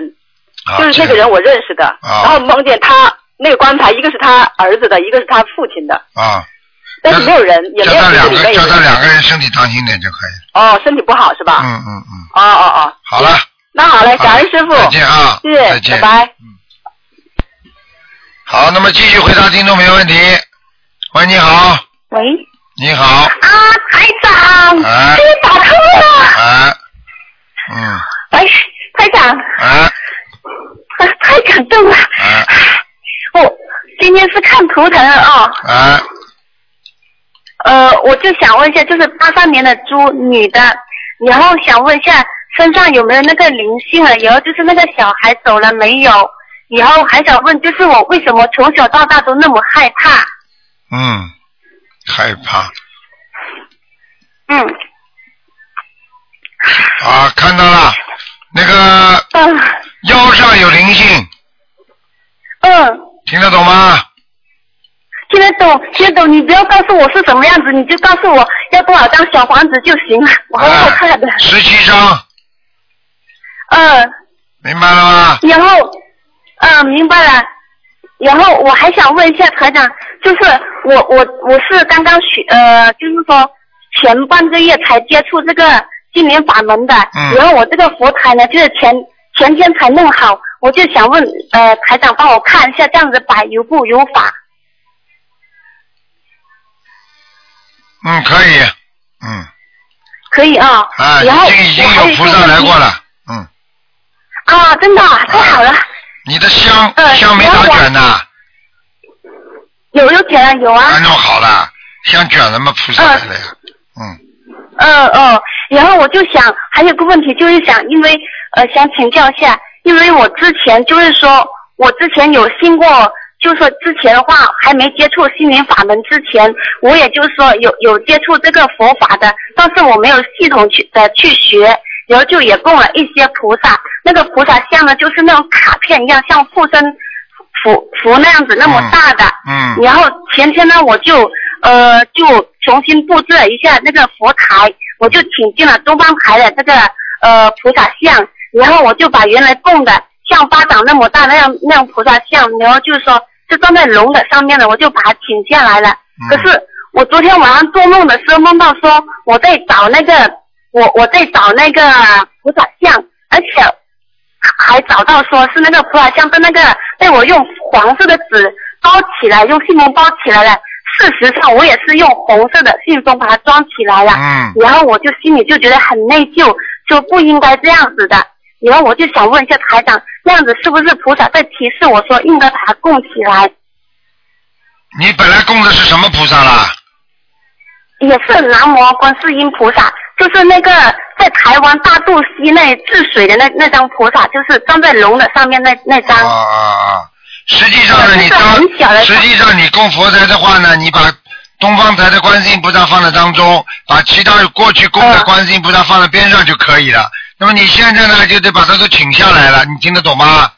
A: 啊
K: 就是那个人我认识的，
A: 啊
K: 然后梦见他那个棺材，一个是他儿子的，一个是他父亲的，
A: 啊，
K: 但是没有人，也
A: 叫
K: 没有
A: 他
K: 人
A: 两
K: 里
A: 个，
K: 面
A: 叫
K: 有
A: 他
K: 人。
A: 两个人身体当心点就可以了。
K: 哦，身体不好是吧？
A: 嗯嗯嗯，
K: 哦哦哦，
A: 好了，
K: 那好嘞，感恩师傅。
A: 再见啊，
K: 是，
A: 再见，
K: 拜拜。
A: 好，那么继续回答听众没问题。喂，你好，
D: 喂，
A: 你好，
D: 啊，台长，
A: 哎
D: 终于打通了。
A: 啊，嗯，
D: 喂，哎台长，
A: 啊，
D: 太感动了。
A: 嗯
D: 我、今天是看图腾哦，
A: 啊，
D: 呃，我就想问一下，就是八三年的猪，女的，然后想问一下身上有没有那个灵性了，然后就是那个小孩走了没有，然后还想问，就是我为什么从小到大都那么害怕？
A: 嗯，害怕
D: 嗯，
A: 啊，看到了，那个
D: 啊
A: 腰上有灵性，
D: 嗯，
A: 听得懂吗？
D: 听得懂，听得懂，你不要告诉我是什么样子，你就告诉我要多少张小房子就行了，我很害怕的。
A: 啊十七张，
D: 嗯，
A: 明白了吗？
D: 然后，嗯、明白了。然后我还想问一下台长，就是我我我是刚刚学呃，就是说前半个月才接触这个心灵法门的，
A: 嗯
D: 然后我这个佛台呢，就是前前天才弄好，我就想问呃台长帮我看一下这样子摆有不有法？
A: 嗯，可以，嗯，
D: 可以啊。
A: 啊，
D: 然后
A: 已经已经
D: 我还
A: 有
D: 一
A: 菩
D: 个
A: 萨
D: 问
A: 来
D: 题
A: 过了，
D: 啊，真的啊、太好了，
A: 你的香
D: 呃
A: 香没
D: 然
A: 打
D: 后我
A: 卷呐，
D: 有有钱了有啊。
A: 啊，弄好了，香卷了吗？菩萨来了呀，
D: 嗯哦，然后我就想还有个问题，就是想因为呃想请教一下，因为我之前就是说我之前有信过，就是说之前的话还没接触心灵法门之前，我也就是说有有接触这个佛法的，但是我没有系统去的去学。然后就也供了一些菩萨，那个菩萨像呢，就是那种卡片一样，像护身符符那样子那么大的。
A: 嗯
D: 然后前天呢，我就呃就重新布置了一下那个佛台，我就请进了东方台的这个呃菩萨像，然后我就把原来供的像巴掌那么大那样那样菩萨像，然后就是说是装在龙的上面的，我就把它请下来了。可是我昨天晚上做梦的时候，梦到说我在找那个我我在找那个菩萨像，而且还找到说是那个普洱香被那个被我用黄色的纸包起来，用信封包起来了。事实上，我也是用红色的信封把它装起来了。
A: 嗯
D: 然后我就心里就觉得很内疚，说不应该这样子的。然后我就想问一下台长，这样子是不是菩萨在提示我说应该把它供起来？
A: 你本来供的是什么菩萨啦？
D: 也是南无观世音菩萨，就是那个在台湾大肚溪那治水的那那张菩萨，就是站在龙的上面那那张。
A: 啊啊啊！实际上呢，你当实际上你供佛台的话呢，你把东方台的观世音菩萨放在当中，把其他过去供的观世音菩萨放在边上就可以了。那么你现在呢，就得把它都请下来了，你听得懂吗？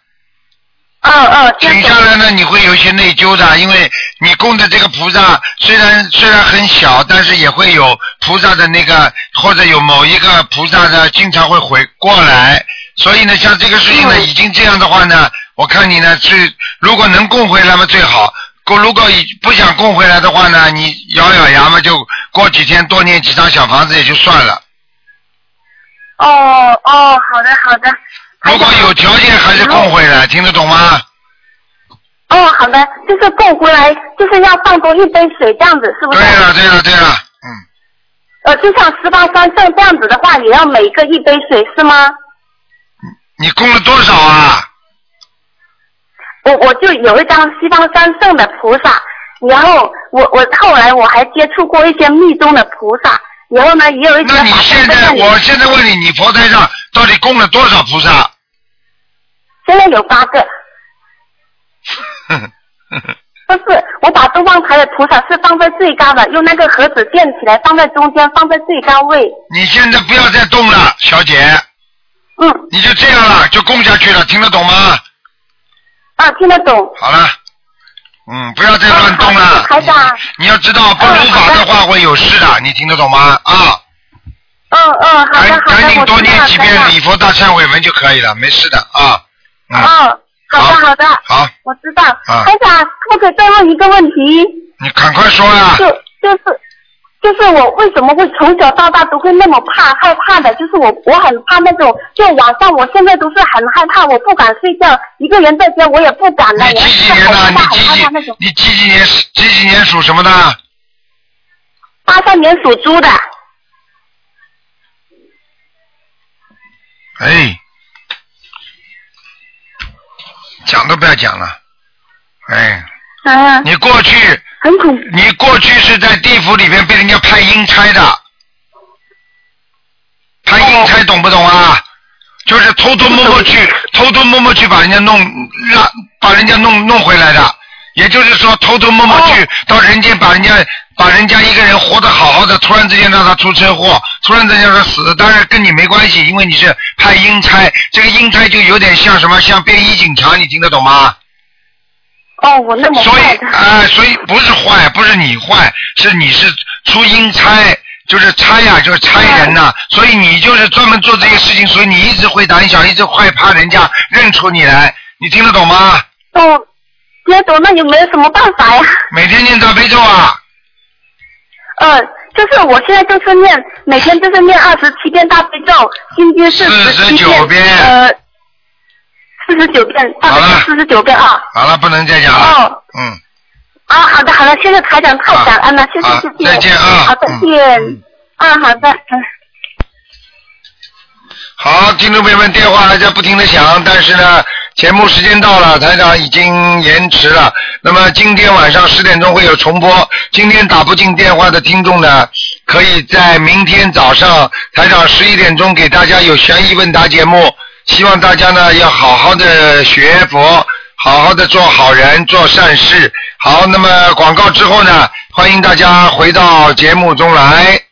D: 嗯嗯，
A: 请下来呢，你会有一些内疚的，因为你供的这个菩萨虽然虽然很小，但是也会有菩萨的那个，或者有某一个菩萨呢，经常会回过来。所以呢，像这个事
G: 嗯
A: 情呢，已经这样的话呢，我看你呢是如果能供回来嘛最好，供如果已不想供回来的话呢，你咬咬牙嘛，就过几天多念几张小房子也就算了。
D: 哦哦，好的好的。
A: 如果有条件还是供回来，听得懂吗？
D: 哦，好的，就是供回来，就是要放多一杯水这样子，是不是？对
A: 了对了对了，嗯。
D: 呃，就像十八三圣这样子的话，也要每个一杯水是吗？
A: 你供了多少啊？
D: 我我就有一张西方三圣的菩萨，然后我我后来我还接触过一些密宗的菩萨，然后呢也有一些
A: 那你
D: 法
A: 现在，我现在问你，你佛台上到底供了多少菩萨？
D: 现在有八 个，不是我把东方台的菩萨是放在最高的，用那个盒子垫起来放在中间，放在最高位。
A: 你现在不要再动了，小姐。
D: 嗯。
A: 你就这样了，就供下去了，听得懂吗？
D: 啊，听得懂。啊
A: 好了，嗯，不要再乱动了。
D: 台长，
A: 你要知道，不如法的话会有事的，你听得懂吗？啊，
D: 嗯嗯，好的好的，
A: 赶紧
D: 我
A: 多
D: 知道
A: 念
D: 了，
A: 几
D: 台
A: 遍
D: 长。
A: 礼佛大忏悔文就可以了，没事的啊。嗯，
D: 嗯，好的好的，
A: 好，
D: 我知道。
A: 啊
D: 台长，可不可以再问一个问题？
A: 你赶快说呀、
D: 就就是就是我为什么会从小到大都会那么怕害怕的，就是我我很怕那种，就晚上我现在都是很害怕，我不敢睡觉，一个人在家我也不敢了，我是很害怕很害怕那种。
A: 你几几年几几年属什么的？
D: 八三年属猪的，
A: 哎，讲都不要讲了，哎，
D: 嗯，
A: 你过去
D: 很恐，
A: 你过去是在地府里面被人家派阴差的，派阴差懂不懂啊？就是偷偷摸摸去，偷偷摸摸去把人家弄让把人家弄弄回来的，也就是说偷偷摸摸去、
D: 哦
A: 到人间把人家把人家一个人活得好好的，突然之间让他出车祸，突然之间让他死，当然跟你没关系，因为你是派阴差，这个阴差就有点像什么，像便衣警察，你听得懂吗？
D: 哦，我那么
A: 所以啊、所以不是坏，不是你坏，是你是出阴差，就是差呀、就是差人呐、
D: 嗯
A: 所以你就是专门做这些事情，所以你一直会胆小，一直害怕人家认出你来，你听得懂吗？
D: 哦，接懂那有没有什么办法呀？
A: 每天念大悲咒啊，
D: 呃，就是我现在就是念，每天就是念二十七遍大悲咒，心经是十七遍，遍呃，四十九遍，大悲咒四十九遍啊。
A: 好了，不能再讲了，
D: 哦
A: 嗯，
D: 啊，好的好的，谢谢台长，太感恩了，谢谢谢谢，
A: 再见啊
D: 好再见，啊好的，嗯。
A: 好，听众朋友们，电话还在不停的响，但是呢，节目时间到了，台长已经延迟了。那么今天晚上十点钟会有重播。今天打不进电话的听众呢，可以在明天早上台长十一点钟给大家有悬疑问答节目。希望大家呢要好好的学佛，好好的做好人，做善事。好，那么广告之后呢，欢迎大家回到节目中来。